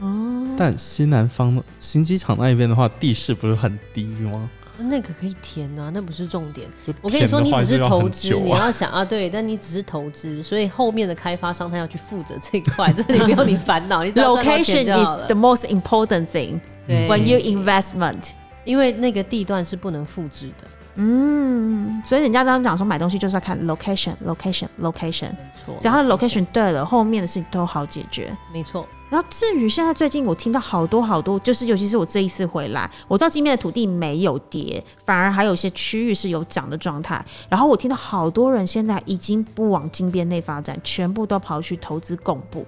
Speaker 1: 哦，
Speaker 2: 但西南方新机场那一边的话，地势不是很低吗？
Speaker 3: 那个可以填啊，那不是重点。
Speaker 2: 就
Speaker 3: 我跟你说，你
Speaker 2: 填的话
Speaker 3: 只是
Speaker 2: 就要
Speaker 3: 投
Speaker 2: 很
Speaker 3: 资，
Speaker 2: 久
Speaker 3: 你
Speaker 2: 啊，
Speaker 3: 要想啊，对，但你只是投资，所以后面的开发商他要去负责这一块，这里不用你烦恼，你只要赚 到
Speaker 1: Location
Speaker 3: 钱就好
Speaker 1: is
Speaker 3: 了
Speaker 1: the。most important thing
Speaker 3: 对
Speaker 1: when you investment。
Speaker 3: 因为那个地段是不能复制的，
Speaker 1: 嗯，所以人家当时讲说买东西就是要看 location，location，location，
Speaker 3: 没错。
Speaker 1: 只要它的 location 对了，后面的事情都好解决。
Speaker 3: 没错，
Speaker 1: 然后至于现在最近我听到好多好多，就是尤其是我这一次回来，我知道今天的土地没有跌，反而还有一些区域是有涨的状态。然后我听到好多人现在已经不往金边内发展，全部都跑去投资贡布。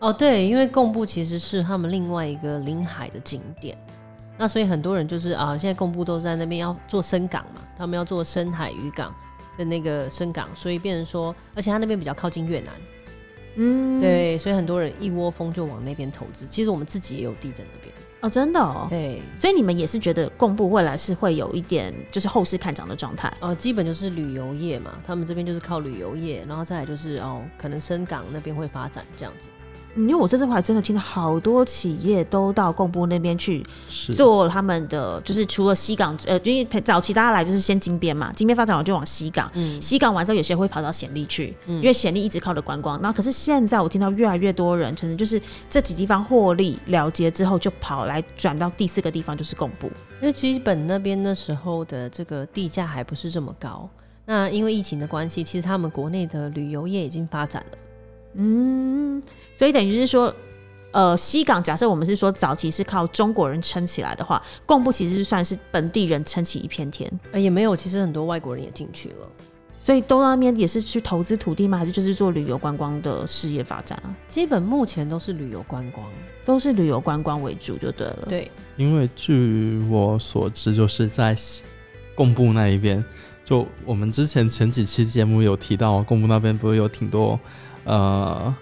Speaker 3: 哦对，因为贡布其实是他们另外一个临海的景点，那所以很多人就是啊，现在贡布都在那边要做深港嘛，他们要做深海渔港的那个深港，所以变成说，而且他那边比较靠近越南，
Speaker 1: 嗯，
Speaker 3: 对，所以很多人一窝蜂就往那边投资。其实我们自己也有地在那边，
Speaker 1: 哦，真的哦。
Speaker 3: 对，
Speaker 1: 所以你们也是觉得贡布未来是会有一点就是后市看涨的状态。
Speaker 3: 呃，基本就是旅游业嘛，他们这边就是靠旅游业，然后再来就是哦，可能深港那边会发展这样子。
Speaker 1: 嗯因为我这次回来真的听到好多企业都到贡布那边去
Speaker 2: 是
Speaker 1: 做他们的，就是除了西港，呃，因为早期大家来就是先金边嘛，金边发展完就往西港，
Speaker 3: 嗯，
Speaker 1: 西港完之后，有些会跑到暹粒去，
Speaker 3: 嗯
Speaker 1: 因为暹粒一直靠着观光。那可是现在我听到越来越多人，可能就是这几地方获利了结之后，就跑来转到第四个地方，就是贡布。
Speaker 3: 因为基本那边那时候的这个地价还不是这么高。那因为疫情的关系，其实他们国内的旅游业已经发展了。
Speaker 1: 嗯，所以等于是说，呃，西港假设我们是说早期是靠中国人撑起来的话，贡布其实是算是本地人撑起一片天。
Speaker 3: 呃，也没有，其实很多外国人也进去了。
Speaker 1: 所以东那边也是去投资土地吗？还是就是做旅游观光的事业发展啊？
Speaker 3: 基本目前都是旅游观光。
Speaker 1: 都是旅游观光为主就对了。
Speaker 3: 对，
Speaker 2: 因为据我所知，就是在西贡布那一边，就我们之前前几期节目有提到，贡布那边不是有挺多呃，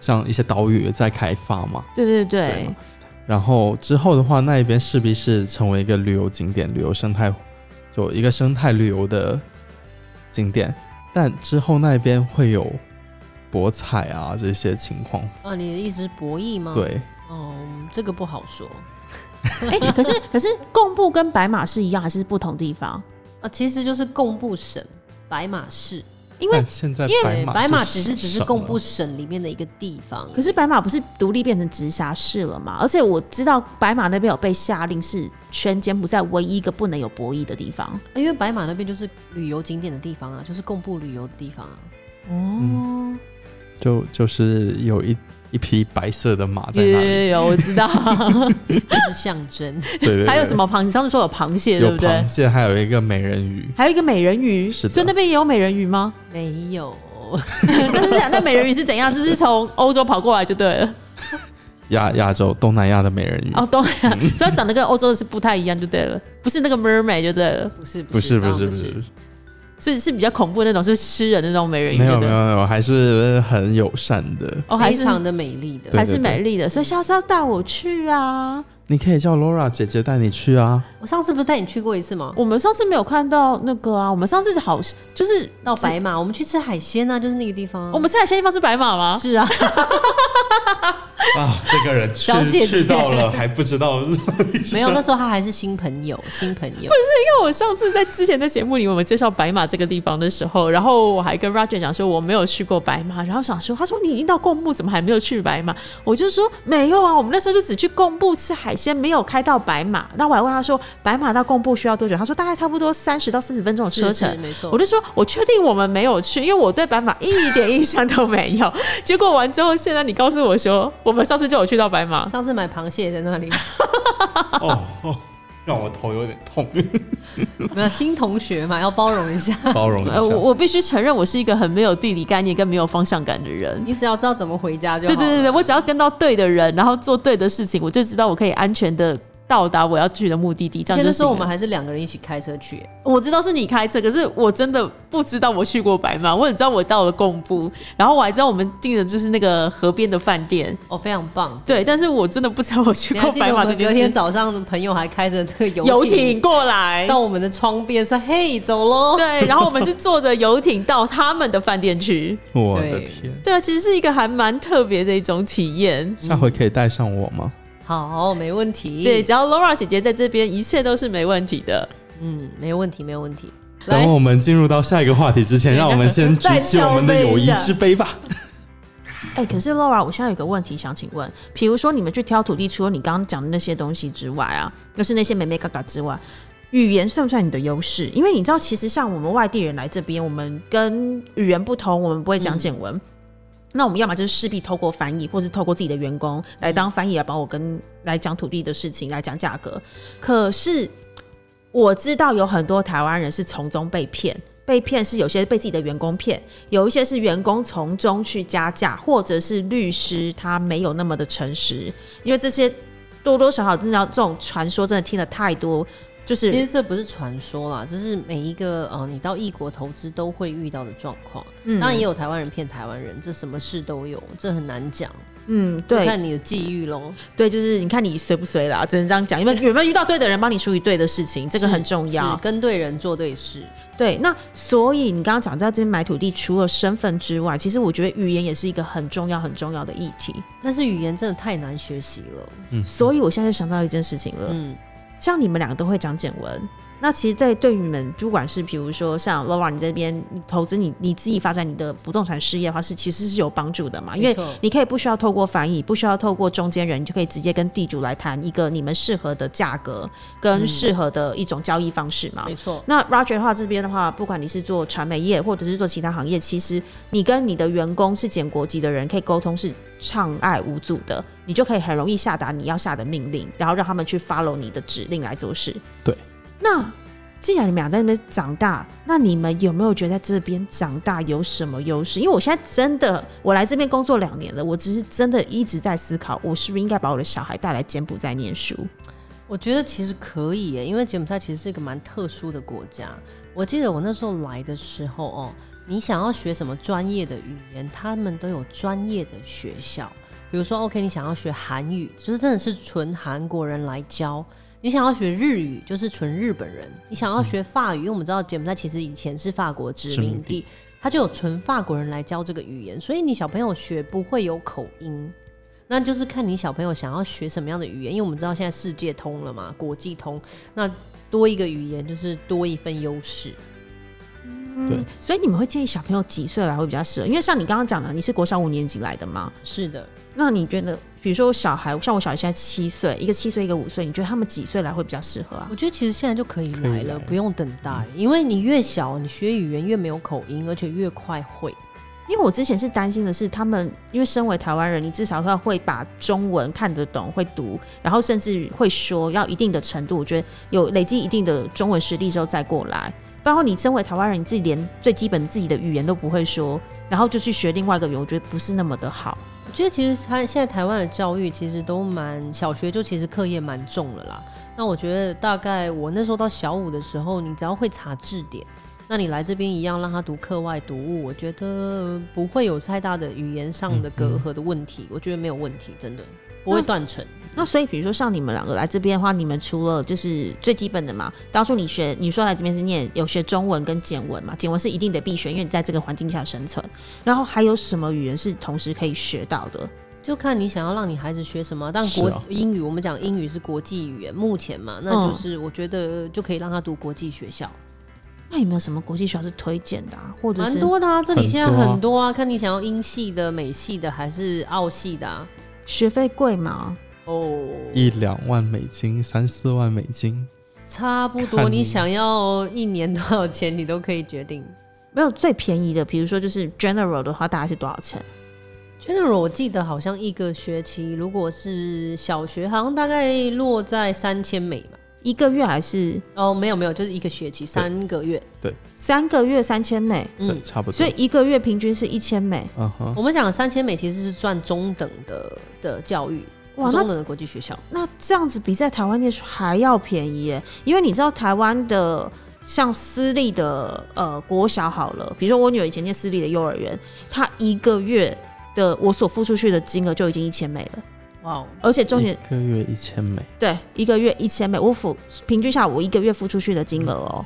Speaker 2: 像一些岛屿在开发嘛。
Speaker 1: 对对对
Speaker 2: 对嘛然后之后的话，那一边势必是成为一个旅游景点、旅游生态，就一个生态旅游的景点。但之后那边会有博彩啊这些情况，
Speaker 3: 啊，你的意思是博弈
Speaker 1: 嗯
Speaker 3: 吗？，
Speaker 2: 对，
Speaker 3: 哦、这个不好说。
Speaker 1: 哎、 可是可是贡布跟白马是一样，还是不同地方？
Speaker 3: 啊，其实就是贡布省白马市，
Speaker 1: 因为
Speaker 2: 但现在
Speaker 3: 对，
Speaker 2: 呃马
Speaker 3: 白马
Speaker 2: 是
Speaker 3: 只是只是
Speaker 2: 省
Speaker 3: 贡
Speaker 2: 了
Speaker 3: 布省里面的一个地方。
Speaker 1: 可是白马不是独立变成直辖市了吗？而且我知道白马那边有被下令是全柬埔寨唯一一个不能有博弈的地方。
Speaker 3: 因为白马那边就是旅游景点的地方啊，就是贡布旅游的地方啊。
Speaker 1: 哦，
Speaker 2: 嗯就就是有一一匹白色的马在
Speaker 1: 有有
Speaker 2: 那里，
Speaker 1: 有有，我知道。
Speaker 3: 是象征。
Speaker 2: 对对 对
Speaker 1: 还有什？么螃？你上次说有螃蟹，对
Speaker 2: 有
Speaker 1: 不对
Speaker 2: 螃？蟹，还有一个美人鱼，
Speaker 1: 还有一个美人鱼，
Speaker 2: 是的
Speaker 1: 所以那边也有美人鱼吗？
Speaker 3: 没有，
Speaker 1: 但是讲那美人鱼是怎样？就是从欧洲跑过来就对了。
Speaker 2: 亚亚洲东南亚的美人鱼。
Speaker 1: 哦，懂了，所以它长得跟欧洲的是不太一样就对了，不是那个 mermaid 就对了，
Speaker 3: 不是
Speaker 2: 不是
Speaker 3: 当
Speaker 2: 不
Speaker 3: 然
Speaker 2: 是
Speaker 3: 不
Speaker 2: 不是，
Speaker 1: 是是比较恐怖的那种，是吃人的那种美人鱼。
Speaker 2: 没
Speaker 1: 对
Speaker 2: 有
Speaker 1: 不
Speaker 2: 没
Speaker 1: 对
Speaker 2: 有没有，还是很友善的。
Speaker 1: 哦，还
Speaker 3: 非
Speaker 1: 是
Speaker 3: 常的美丽的。
Speaker 2: 对
Speaker 1: 还是美丽的，所以下次要带我去啊！
Speaker 2: 你可以叫 Laura 姐姐带你去啊。
Speaker 3: 我上次不是带你去过一次吗？
Speaker 1: 我们上次没有看到那个啊，我们上次好就是
Speaker 3: 到白马，我们去吃海鲜啊，就是那个地方啊。
Speaker 1: 我们吃海鲜地方是白马吗？
Speaker 3: 是啊，
Speaker 2: 啊，这个人去
Speaker 3: 小姐姐
Speaker 2: 去到了还不知道，
Speaker 3: 没有，那时候他还是新朋友，新朋友。
Speaker 1: 因为我上次在之前的节目里，我们介绍白马这个地方的时候，然后我还跟 Roger 讲说我没有去过白马，然后想说他说你已经到贡布，怎么还没有去白马？我就说没有啊，我们那时候就只去贡布吃海鲜，没有开到白马。那我还问他说白马到贡布需要多久？他说大概差不多三十到四十分钟的车
Speaker 3: 是
Speaker 1: 程
Speaker 3: 是。没错
Speaker 1: 我。就说，我确定我们没有去，因为我对白马一点印象都没有。结果完之后，现在你告诉我说，我们上次就有去到白马，
Speaker 3: 上次买螃蟹在那里，
Speaker 2: 哦哦，让我头有点 痛，
Speaker 3: 没有新同学嘛，要包容一 下。
Speaker 2: 包容一
Speaker 1: 呃，我
Speaker 2: 下。
Speaker 1: 我必须承认，我是一个很没有地理概念跟没有方向感的人。
Speaker 3: 你只要知道怎么回家就好
Speaker 1: 对
Speaker 3: 了。
Speaker 1: 对对对，我只要跟到对的人，然后做对的事情，我就知道我可以安全的到达我要去的目的地。这
Speaker 3: 而
Speaker 1: 样
Speaker 3: 且
Speaker 1: 就
Speaker 3: 那时候我
Speaker 1: 行了
Speaker 3: 们还是两个人一起开车去，
Speaker 1: 我知道是你开车，可是我真的不知道我去过白马，我只知道我到了贡布，然后我还知道我们订的就是那个河边的饭店，
Speaker 3: 哦，非常棒。
Speaker 1: 对，但是我真的不知道我去
Speaker 3: 你还
Speaker 1: 过
Speaker 3: 记得
Speaker 1: 白
Speaker 3: 我
Speaker 1: 马这
Speaker 3: 们隔
Speaker 1: 件
Speaker 3: 天
Speaker 1: 事。
Speaker 3: 早上，朋友还开着那个游
Speaker 1: 游艇过来，
Speaker 3: 到我们的窗边说：“嘿，走喽。”
Speaker 1: 对，然后我们是坐着游艇到他们的饭店去。
Speaker 2: 我的
Speaker 3: 对
Speaker 2: 天，
Speaker 1: 对啊，其实是一个还蛮特别的一种体验。
Speaker 2: 下回可以带上我吗？
Speaker 1: 嗯
Speaker 3: 好，没问题。
Speaker 1: 对，，只要 Laura 姐姐在这边，一切都是没问题的。
Speaker 3: 嗯，没问题，没问题。
Speaker 2: 等我们进入到下一个话题之前，让我 们先举起我们的友谊之杯吧。
Speaker 1: 哎、可是 Laura，我现在有个问题想请问，比如说你们去挑土地，除了你刚刚讲的那些东西之外啊，就是那些美美嘎嘎之外，语言算不算你的优势？因为你知道，其实像我们外地人来这边，我们跟语言不同，我们不会讲简
Speaker 3: 嗯
Speaker 1: 文。那我们要么就是势必透过翻译，或是透过自己的员工来当翻译来帮我跟来讲土地的事情，来讲价格。可是我知道有很多台湾人是从中被骗，被骗是有些被自己的员工骗，有一些是员工从中去加价，或者是律师他没有那么的诚实，因为这些多多少少真的要这种传说真的听得太多，就
Speaker 3: 其实
Speaker 1: 是
Speaker 3: 这不是传说啦，这是每一个呃，你到异国投资都会遇到的状况。
Speaker 1: 嗯
Speaker 3: 当然也有台湾人骗台湾人，这什么事都有，这很难讲，
Speaker 1: 嗯
Speaker 3: 就
Speaker 1: 对
Speaker 3: 看你的际遇喽。
Speaker 1: 对，就是你看你随不随啦，只能这样讲，因为有没有遇到对的人帮你处理对的事情，这个
Speaker 3: 是
Speaker 1: 很重要
Speaker 3: 是。跟对人做对事。
Speaker 1: 对，那所以你刚刚讲在这边买土地，除了身份之外，其实我觉得语言也是一个很重要、很重要的议题。
Speaker 3: 但是语言真的太难学习了。
Speaker 2: 嗯
Speaker 1: 所以我现在就想到一件事情了，
Speaker 3: 嗯，
Speaker 1: 像你们两个都会讲简文，那其实，在对于你们，不管是比如说像 Laura 你这边你投资你你自己发展你的不动产事业的话，是其实是有帮助的嘛，因为
Speaker 3: 没错
Speaker 1: 你可以不需要透过翻译，不需要透过中间人，你就可以直接跟地主来谈一个你们适合的价格跟适合的一种交易方式嘛。
Speaker 3: 嗯没错，
Speaker 1: 啊那 Roger 的话，这边的话，不管你是做传媒业，或者是做其他行业，其实你跟你的员工是简国籍的人，可以沟通是畅爱无阻的，你就可以很容易下达你要下的命令，然后让他们去 follow 你的指令来做事。
Speaker 2: 对。
Speaker 1: 那既然你们俩在那边长大，那你们有没有觉得在这边长大有什么优势？因为我现在真的，我来这边工作两年了，我只是真的一直在思考，我是不是应该把我的小孩带来柬埔寨念书？
Speaker 3: 我觉得其实可以耶，因为柬埔寨其实是一个蛮特殊的国家。我记得我那时候来的时候哦，你想要学什么专业的语言，他们都有专业的学校。比如说，OK，你想要学韩语，就是真的是纯韩国人来教；你想要学日语，就是纯日本人；你想要学法语，因为我们知道柬埔寨其实以前是法国殖
Speaker 2: 殖民
Speaker 3: 民地，它就有纯法国人来教这个语言，所以你小朋友学不会有口音。那就是看你小朋友想要学什么样的语言，因为我们知道现在世界通了嘛，国际通，那多一个语言就是多一份优势。
Speaker 2: 对，
Speaker 1: 所以你们会建议小朋友几岁来会比较适合？因为像你刚刚讲的，你是国小五年级来的嘛，
Speaker 3: 是的，
Speaker 1: 那你觉得，比如说我小孩，像我小孩现在七岁，一个七岁，一个五岁，你觉得他们几岁来会比较适合啊
Speaker 3: 我？觉得其实现在就可以
Speaker 2: 以
Speaker 3: 来了，
Speaker 2: 来
Speaker 3: 不用等待，因为你越小，你学语言越没有口音，而且越快会。
Speaker 1: 因为我之前是担心的是，他们因为身为台湾人，你至少要会把中文看得懂、会读，然后甚至会说，要一定的程度，我觉得有累积一定的中文实力之后再过来。包括你身为台湾人，你自己连最基本自己的语言都不会说，然后就去学另外一个语言，我觉得不是那么的好。
Speaker 3: 我觉得其实他现在台湾的教育其实都蛮小学就其实课业蛮重了啦。那我觉得大概我那时候到小五的时候，你只要会查字典，那你来这边一样让他读课外读物，我觉得不会有太大的语言上的隔阂的问题，我觉得没有问题，真的不会断层。
Speaker 1: 那所以，比如说像你们两个来这边的话，你们除了就是最基本的嘛，当初你学你说来这边是念有学中文跟简文嘛，简文是一定得必学，因为你在这个环境下生存。然后还有什么语言是同时可以学到的？
Speaker 3: 就看你想要让你孩子学什么，但
Speaker 2: 是
Speaker 3: 国、
Speaker 2: 啊
Speaker 3: 英语我们讲英语是国际语言，目前嘛，那
Speaker 1: 嗯
Speaker 3: 就是我觉得就可以让他读国际学校。
Speaker 1: 那有没有什么国际学校是推荐的啊？或者
Speaker 3: 蛮
Speaker 1: 是
Speaker 3: 多的啊，这里现在
Speaker 2: 很多啊
Speaker 3: 很多啊，看你想要英系的、美系的还是澳系的啊。
Speaker 1: 学费贵吗？
Speaker 3: 哦，
Speaker 2: 一两万美金，三四万美金，
Speaker 3: 差不多，
Speaker 2: 看
Speaker 3: 你
Speaker 2: 你
Speaker 3: 想要一年多少钱，你都可以决定。
Speaker 1: 没有最便宜的，比如说就是 general 的话，大概是多少钱？
Speaker 3: General，我记得好像一个学期，如果是小学，好像大概落在三千美吧。
Speaker 1: 一个月还是
Speaker 3: 哦，没有没有，就是一个学期三个月。
Speaker 1: 三个月三千美？
Speaker 2: 对，
Speaker 3: 嗯，
Speaker 2: 差不多
Speaker 1: 所以。一个月平均是一千美。
Speaker 2: 嗯哼，
Speaker 3: 我们讲三千美其实是赚中等的的教育，
Speaker 1: 哇，那
Speaker 3: 中等的国际学校，
Speaker 1: 那这样子比在台湾念书还要便宜耶，因为你知道台湾的像私立的呃国小好了，比如说我女儿以前念私立的幼儿园，她一个月的我所付出去的金额就已经一千美了，
Speaker 3: 哇哦，
Speaker 1: 而且重点
Speaker 2: 一个月一千美，
Speaker 1: 对，一个月一千美，我付平均下来我一个月付出去的金额哦、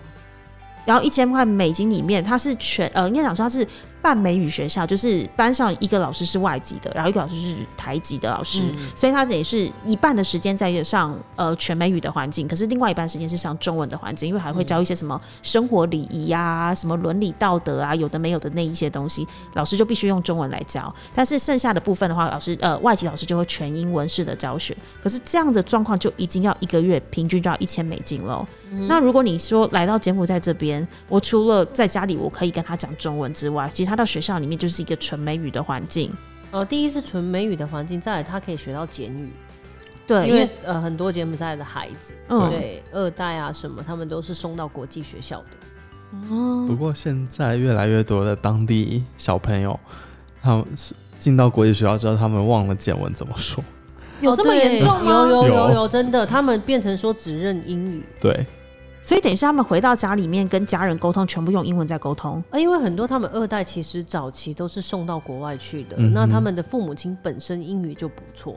Speaker 1: 然后一千块美金里面，它是全呃，应该讲说它是半美语学校，就是班上一个老师是外籍的，然后一个老师是台籍的老师，
Speaker 3: 嗯
Speaker 1: 所以他等于是一半的时间在上呃全美语的环境，可是另外一半时间是上中文的环境，因为还会教一些什么生活礼仪啊、什么伦理道德啊，有的没有的那一些东西，老师就必须用中文来教。但是剩下的部分的话，老师呃外籍老师就会全英文式的教学。可是这样的状况就已经要一个月平均就要一千美金喽。那如果你说来到柬埔寨这边，我除了在家里我可以跟他讲中文之外，其实他到学校里面就是一个纯美语的环境。
Speaker 3: 呃，第一是纯美语的环境，再来他可以学到简语，
Speaker 1: 对，
Speaker 3: 因为呃很多柬埔寨的孩子，
Speaker 1: 嗯
Speaker 3: 对二代啊什么，他们都是送到国际学校的。
Speaker 1: 嗯
Speaker 2: 不过现在越来越多的当地小朋友，他们是进到国际学校之后，他们忘了简文怎么说。
Speaker 1: 有这么
Speaker 3: 哦对
Speaker 1: 严重吗？
Speaker 3: 有有有
Speaker 2: 有
Speaker 3: 有，真的，他们变成说只认英语，
Speaker 2: 对，
Speaker 1: 所以等于是他们回到家里面跟家人沟通，全部用英文在沟通。
Speaker 3: 啊，因为很多他们二代其实早期都是送到国外去的，
Speaker 2: 嗯哼
Speaker 3: 那他们的父母亲本身英语就不错，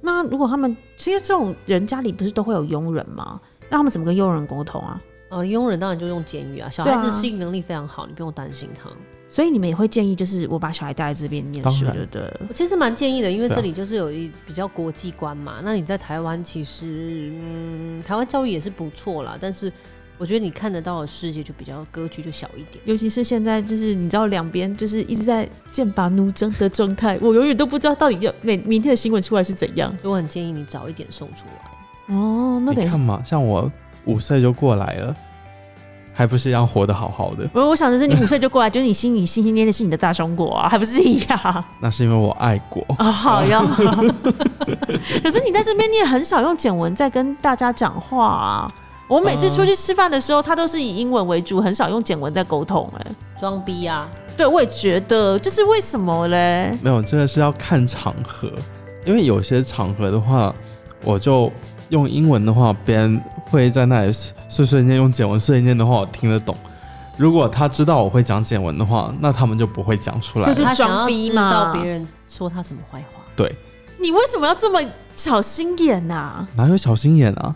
Speaker 1: 那如果他们，因为这种人家里不是都会有佣人吗？那他们怎么跟佣人沟通啊？
Speaker 3: 呃，佣人当然就用简语啊，小
Speaker 1: 对
Speaker 3: 孩
Speaker 1: 啊
Speaker 3: 子适应能力非常好，你不用担心他。
Speaker 1: 所以你们也会建议，就是我把小孩带来这边念书，
Speaker 2: 当然
Speaker 1: 对不对？
Speaker 3: 我其实蛮建议的，因为
Speaker 2: 对啊
Speaker 3: 这里就是有一比较国际观嘛。那你在台湾其实，嗯，台湾教育也是不错啦，但是我觉得你看得到的世界就比较格局就小一点。
Speaker 1: 尤其是现在，就是你知道两边就是一直在剑拔弩张的状态，我永远都不知道到底要每明天的新闻出来是怎样。
Speaker 3: 所以我很建议你早一点送出来。
Speaker 1: 哦，那等
Speaker 2: 你
Speaker 1: 于是
Speaker 2: 看嘛，像我五岁就过来了，还不是一样活得好好的？
Speaker 1: 我我想的是，你五岁就过来，就是你心里心心念念是你的大中国啊，还不是一样啊？
Speaker 2: 那是因为我爱国。
Speaker 1: 好呀。可是你在这边，你也很少用简文在跟大家讲话啊。我每次出去吃饭的时候，他都是以英文为主，很少用简文在沟通、欸。
Speaker 3: 装逼啊，
Speaker 1: 对，我也觉得，就是为什么嘞？
Speaker 2: 没有，这个是要看场合，因为有些场合的话，我就用英文的话，别人会在那里碎碎念；用简文碎碎念的话，我听得懂。如果他知道我会讲简文的话，那他们就不会讲出来
Speaker 1: 所以
Speaker 2: 了。
Speaker 1: 就
Speaker 3: 他想
Speaker 1: 装
Speaker 3: 要
Speaker 1: 逼
Speaker 3: 知
Speaker 1: 嘛
Speaker 3: 道别人说他什么坏话。
Speaker 2: 对，
Speaker 1: 你为什么要这么小心眼呐、
Speaker 2: 哪有小心眼啊？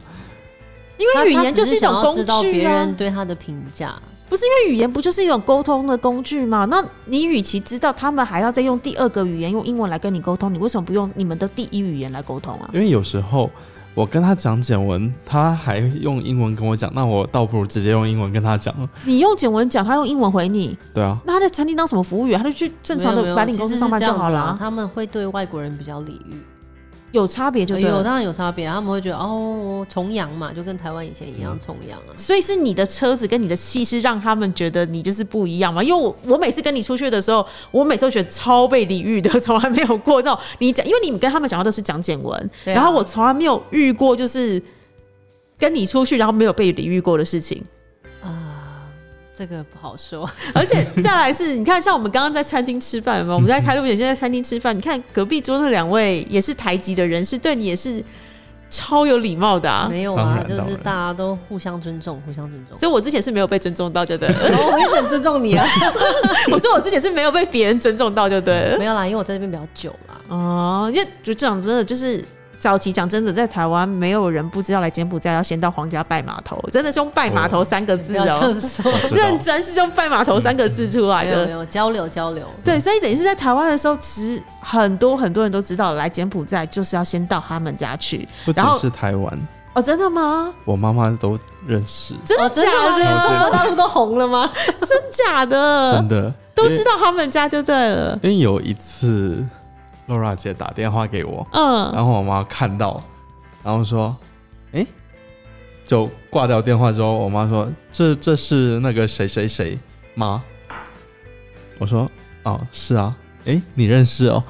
Speaker 1: 因为语
Speaker 3: 他
Speaker 1: 言
Speaker 3: 他
Speaker 1: 就
Speaker 3: 只
Speaker 1: 是一种
Speaker 3: 想要
Speaker 1: 工
Speaker 3: 知道
Speaker 1: 具
Speaker 3: 别
Speaker 1: 啊
Speaker 3: 人，对他的评价。
Speaker 1: 不是因为语言不就是一种沟通的工具吗？那你与其知道他们还要再用第二个语言用英文来跟你沟通，你为什么不用你们的第一语言来沟通啊？
Speaker 2: 因为有时候我跟他讲简文，他还用英文跟我讲，那我倒不如直接用英文跟他讲了。
Speaker 1: 你用简文讲，他用英文回你，
Speaker 2: 对啊，
Speaker 1: 那他在餐厅当什么服务员？他就去正常
Speaker 3: 没
Speaker 1: 的
Speaker 3: 有
Speaker 1: 白领公司上班就好
Speaker 3: 没有其实是这
Speaker 1: 了
Speaker 3: 样子
Speaker 1: 啊。
Speaker 3: 啊他们会对外国人比较礼遇，
Speaker 1: 有差别就对
Speaker 3: 有
Speaker 1: 了。
Speaker 3: 当然有差别，他们会觉得哦崇洋嘛，就跟台湾以前一
Speaker 1: 嗯
Speaker 3: 样崇洋啊。
Speaker 1: 所以是你的车子跟你的气势让他们觉得你就是不一样嘛？因为我我每次跟你出去的时候，我每次都觉得超被礼遇的，从来没有过这种你讲，因为你们跟他们讲话都是讲简文，
Speaker 3: 对啊
Speaker 1: 然后我从来没有遇过就是跟你出去然后没有被礼遇过的事情。
Speaker 3: 啊，这个不好说。
Speaker 1: 而且再来是，你看，像我们刚刚在餐厅吃饭 有没有？我们在开路前现在餐厅吃饭，你看隔壁桌那两位也是台籍的人士，对你也是超有礼貌的啊。
Speaker 3: 没有
Speaker 2: 当
Speaker 3: 啊，
Speaker 2: 然
Speaker 3: 就
Speaker 2: 当
Speaker 3: 是
Speaker 2: 然
Speaker 3: 大家都互相尊重，互相尊重。
Speaker 1: 所以我之前是没有被尊重到，就对了。
Speaker 3: 然后我也很尊重你啊，
Speaker 1: 我说我之前是没有被别人尊重到，就对了。
Speaker 3: 没有啦，因为我在这边比较久啦。
Speaker 1: 哦，因为就这样真的就是早期讲真的，在台湾没有人不知道来柬埔寨要先到皇家拜码头，真的是用拜码头三个
Speaker 3: 不
Speaker 1: 字
Speaker 3: 要这
Speaker 1: 哦、
Speaker 3: 样 说，
Speaker 2: 我知道
Speaker 1: 认真是用拜码头三个字出来
Speaker 3: 没有没
Speaker 1: 的。
Speaker 3: 有交流交流。
Speaker 1: 对，所以等于是在台湾的时候，其实很多很多人都知道来柬埔寨就是要先到他们家去。
Speaker 2: 不仅
Speaker 1: 然后
Speaker 2: 是台湾，
Speaker 1: 哦，真的吗？
Speaker 2: 我妈妈都认识，
Speaker 1: 真的
Speaker 3: 哦
Speaker 1: 假
Speaker 3: 真的吗
Speaker 1: 的？
Speaker 3: 中国大陆都红了吗？
Speaker 1: 真假的
Speaker 2: 真？的
Speaker 1: 呃都
Speaker 2: 因为
Speaker 1: 知道他们家就对了。
Speaker 2: 因为有一次，Laura 姐打电话给我，
Speaker 1: 嗯，
Speaker 2: 然后我妈看到，然后说：“诶，就挂掉电话之后，我妈说：“这这是那个谁谁谁吗？”我说：“哦，是啊。诶，你认识哦？”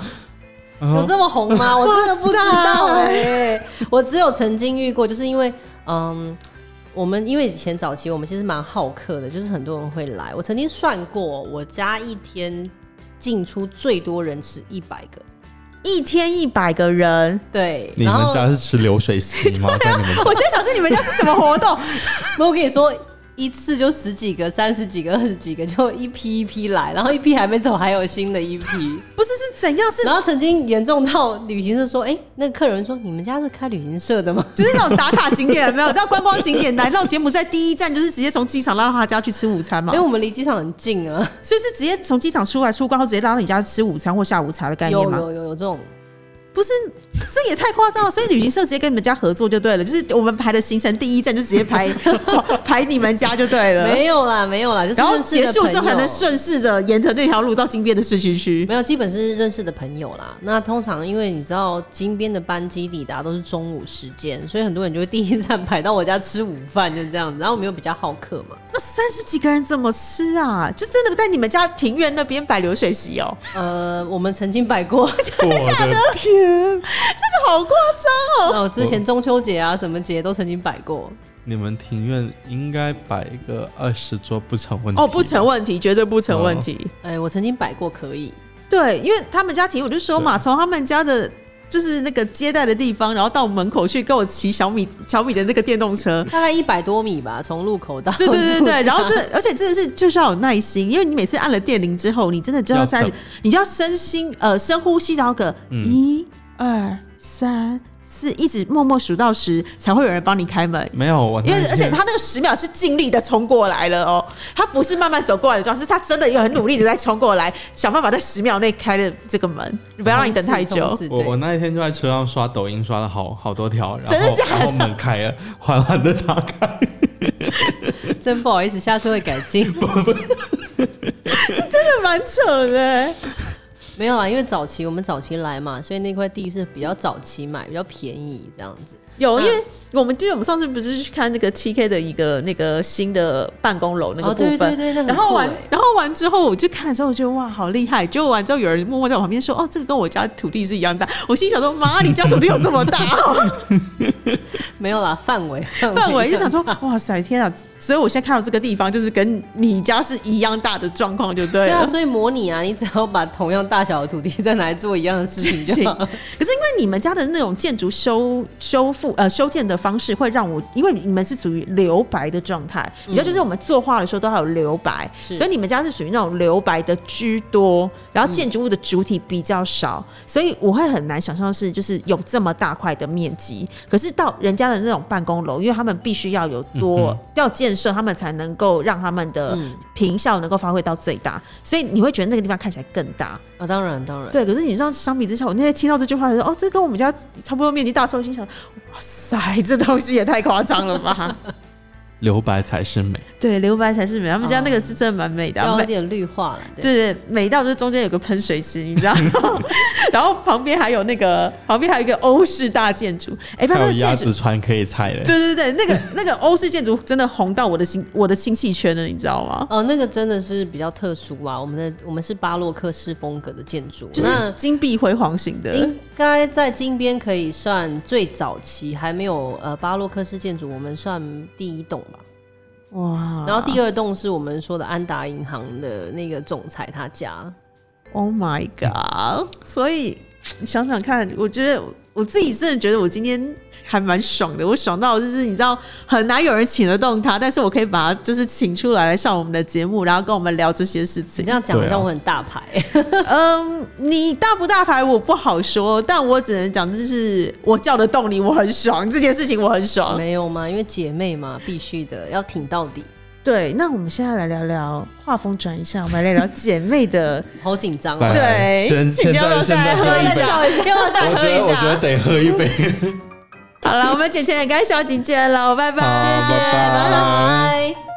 Speaker 2: 然后
Speaker 3: 有这么红 吗？我真的不知道
Speaker 1: 哇塞
Speaker 3: 哎、我只有曾经遇过，就是因为嗯，我们因为以前早期我们其实蛮好客的，就是很多人会来。我曾经算过，我家一天进出最多人是一百个，
Speaker 1: 一天一百个人。
Speaker 3: 对，
Speaker 2: 你
Speaker 3: 然
Speaker 2: 们
Speaker 3: 后
Speaker 2: 家是吃流水席吗？在 你们家
Speaker 1: 我现在想说你们家是什么活 动？
Speaker 3: 我跟你说，一次就十几个、三十几个、二十几个，就一批一批来，然后一批还没走，还有新的 一批。
Speaker 1: 不是是怎样？是
Speaker 3: 然后曾经严重到旅行社说：“哎、那个客人说，你们家是开旅行社 的吗
Speaker 1: 就是那种打卡景点，有没有？你知道观光景点来到柬埔寨第一站就是直接从机场拉到他家去吃午餐？”嘛
Speaker 3: 因为，我们离机场很 近啊，
Speaker 1: 所以是直接从机场出来出关后直接拉到你家吃午餐或下午茶的概念
Speaker 3: 有
Speaker 1: 吗？
Speaker 3: 有有有这种，
Speaker 1: 不是，这也太夸张了。所以旅行社直接跟你们家合作就对了，就是我们排的行程第一站就直接排 排你们家就对了。
Speaker 3: 没有啦，没有啦，就是
Speaker 1: 然后
Speaker 3: 认识
Speaker 1: 结
Speaker 3: 的
Speaker 1: 束之后
Speaker 3: 朋友
Speaker 1: 还能顺势的沿着那条路到金边的市区区。
Speaker 3: 没有，基本是认识的朋友啦。那通常因为你知道金边的班机抵达都是中午时间，所以很多人就会第一站排到我家吃午饭，就这样子。然后我们又比较好客嘛，
Speaker 1: 那三十几个人怎么吃啊？就真的在你们家庭院那边摆流水席哦，
Speaker 3: 呃，我们曾经 摆过，
Speaker 2: 我的
Speaker 1: 这个好夸张哦！
Speaker 3: 哦，之前中秋节啊什么节都曾经摆过。
Speaker 2: 你们庭院应该摆一个二十桌不成问题。
Speaker 1: 哦，不成问题，绝对不成问题。
Speaker 3: 哎、我曾经摆过可以，
Speaker 1: 对，因为他们家庭，我就说嘛，从他们家的。就是那个接待的地方，然后到门口去跟我骑小米小米的那个电动 车，
Speaker 3: 大概一百多米吧，从路口到
Speaker 1: 对对对
Speaker 3: 住
Speaker 1: 对，
Speaker 3: 家
Speaker 1: 然后这而且真的是就是要有耐心，因为你每次按了电铃之后，你真的就要
Speaker 2: 要
Speaker 1: 在
Speaker 2: 等，
Speaker 1: 你就要深心呃深呼吸，然后个一二三四，一直默默数到十，才会有人帮你开门。
Speaker 2: 没有我那
Speaker 1: 因
Speaker 2: 天，
Speaker 1: 为而且他那个十秒是尽力的冲过来了哦，他不是慢慢走过来的状态，是他真的有很努力的在冲过来，想办法在十秒内开了这个门，不要让你等太 久。
Speaker 3: 冲刺
Speaker 2: 我我
Speaker 3: 对
Speaker 2: 那一天就在车上刷抖音，刷了好好多条，然后
Speaker 1: 真的假的
Speaker 2: 然后门开了， 缓缓的打 开，
Speaker 3: 真不好意思，下次会改进。
Speaker 1: 真的蛮扯的、
Speaker 3: 没有啦，因为早期我们早期来嘛，所以那块地是比较早期买，比较便宜这样子。
Speaker 1: 有，
Speaker 3: 那
Speaker 1: 因为我们记得我们上次不是去看那个 TK 的一个那个新的办公楼那个
Speaker 3: 哦
Speaker 1: 部
Speaker 3: 对
Speaker 1: 分，
Speaker 3: 对对那很
Speaker 1: 然后
Speaker 3: 酷
Speaker 1: 完
Speaker 3: 欸，
Speaker 1: 然后完之后我去看的时候，我觉得哇，好厉害！结果完之后有人默默在我旁边说：“哦，这个跟我家土地是一样大。”我心里想说：“妈，你家土地有这么大哦？”
Speaker 3: 没有啦，范围
Speaker 1: 范围就想说：“哇塞，天啊！”所以我现在看到这个地方，就是跟你家是一样大的状况，就对
Speaker 3: 对啊，
Speaker 1: 了。
Speaker 3: 所以模拟啊，你只要把同样大小的土地再拿来做一样的事情就 好了。
Speaker 1: 可是因为你们家的那种建筑修修复呃修建的方式，会让我因为你们是属于留白的状态，你知道，就是我们作画的时候都还有留白，
Speaker 3: 是
Speaker 1: 所以你们家是属于那种留白的居多，然后建筑物的主体比较少，所以我会很难想象是就是有这么大块的面积。可是到人家的那种办公楼，因为他们必须要有多、要建设，他们才能够让他们的
Speaker 3: 嗯
Speaker 1: 坪效能够发挥到最大，所以你会觉得那个地方看起来更大。
Speaker 3: 啊，当然当然，
Speaker 1: 对，可是你知道，相比之下，我那天听到这句话的时候，哦，这跟我们家差不多面积大的时候，我心想，哇塞，这东西也太夸张了 吧？
Speaker 2: 留白才是美。
Speaker 1: 对，留白才是美，他们家那个是真的蛮美的，
Speaker 3: 要有
Speaker 1: 美
Speaker 3: 点绿化了。哦对，
Speaker 1: 对对，美到就是中间有个喷水池，你知道 吗，然后旁边还有那个旁边还有一个欧式大建筑，哎，旁边
Speaker 2: 还有
Speaker 1: 那个
Speaker 2: 鸭
Speaker 1: 建筑
Speaker 2: 子。船可以踩嘞，
Speaker 1: 对对对，那个那个欧式建筑真的红到我的亲我的亲戚圈了，你知道吗？
Speaker 3: 哦，那个真的是比较特殊啊。我们的我们是巴洛克式风格的建筑，
Speaker 1: 就是金碧辉煌型
Speaker 3: 那
Speaker 1: 的
Speaker 3: 应该在金边可以算最早期，还没有呃巴洛克式建筑，我们算第一栋吧。
Speaker 2: 啊
Speaker 1: 哇！
Speaker 3: 然后第二栋是我们说的安达银行的那个总裁他家，
Speaker 1: Oh my god！所以你想想看，我觉得我自己真的觉得我今天还蛮爽的。我爽到就是你知道很难有人请得动他，但是我可以把他就是请出来来上我们的节目，然后跟我们聊这些事
Speaker 3: 你
Speaker 1: 情
Speaker 3: 这。样讲好
Speaker 2: 对啊
Speaker 3: 像我很大牌，
Speaker 1: 嗯，你大不大牌我不好说，但我只能讲就是我叫得动你，我很爽这件事情我很
Speaker 2: 啊
Speaker 1: 爽。
Speaker 3: 没有吗？因为姐妹嘛，必须的，要挺到底。
Speaker 1: 对，那我们现在来聊聊，画风转一下，我们来聊聊姐妹的。
Speaker 3: 好紧张
Speaker 2: 来
Speaker 3: 啊！
Speaker 1: 对，
Speaker 2: 先
Speaker 1: 你要不要
Speaker 2: 现
Speaker 1: 再
Speaker 2: 在现
Speaker 1: 喝
Speaker 2: 在
Speaker 1: 一下？要不要再
Speaker 2: 我
Speaker 1: 喝
Speaker 2: 觉
Speaker 1: 一
Speaker 2: 得
Speaker 1: 下？
Speaker 2: 我觉 得得喝一杯。
Speaker 1: 好了，我们姐姐也该小姐姐了，拜拜，
Speaker 2: 好拜
Speaker 1: 拜
Speaker 2: 拜
Speaker 1: 拜。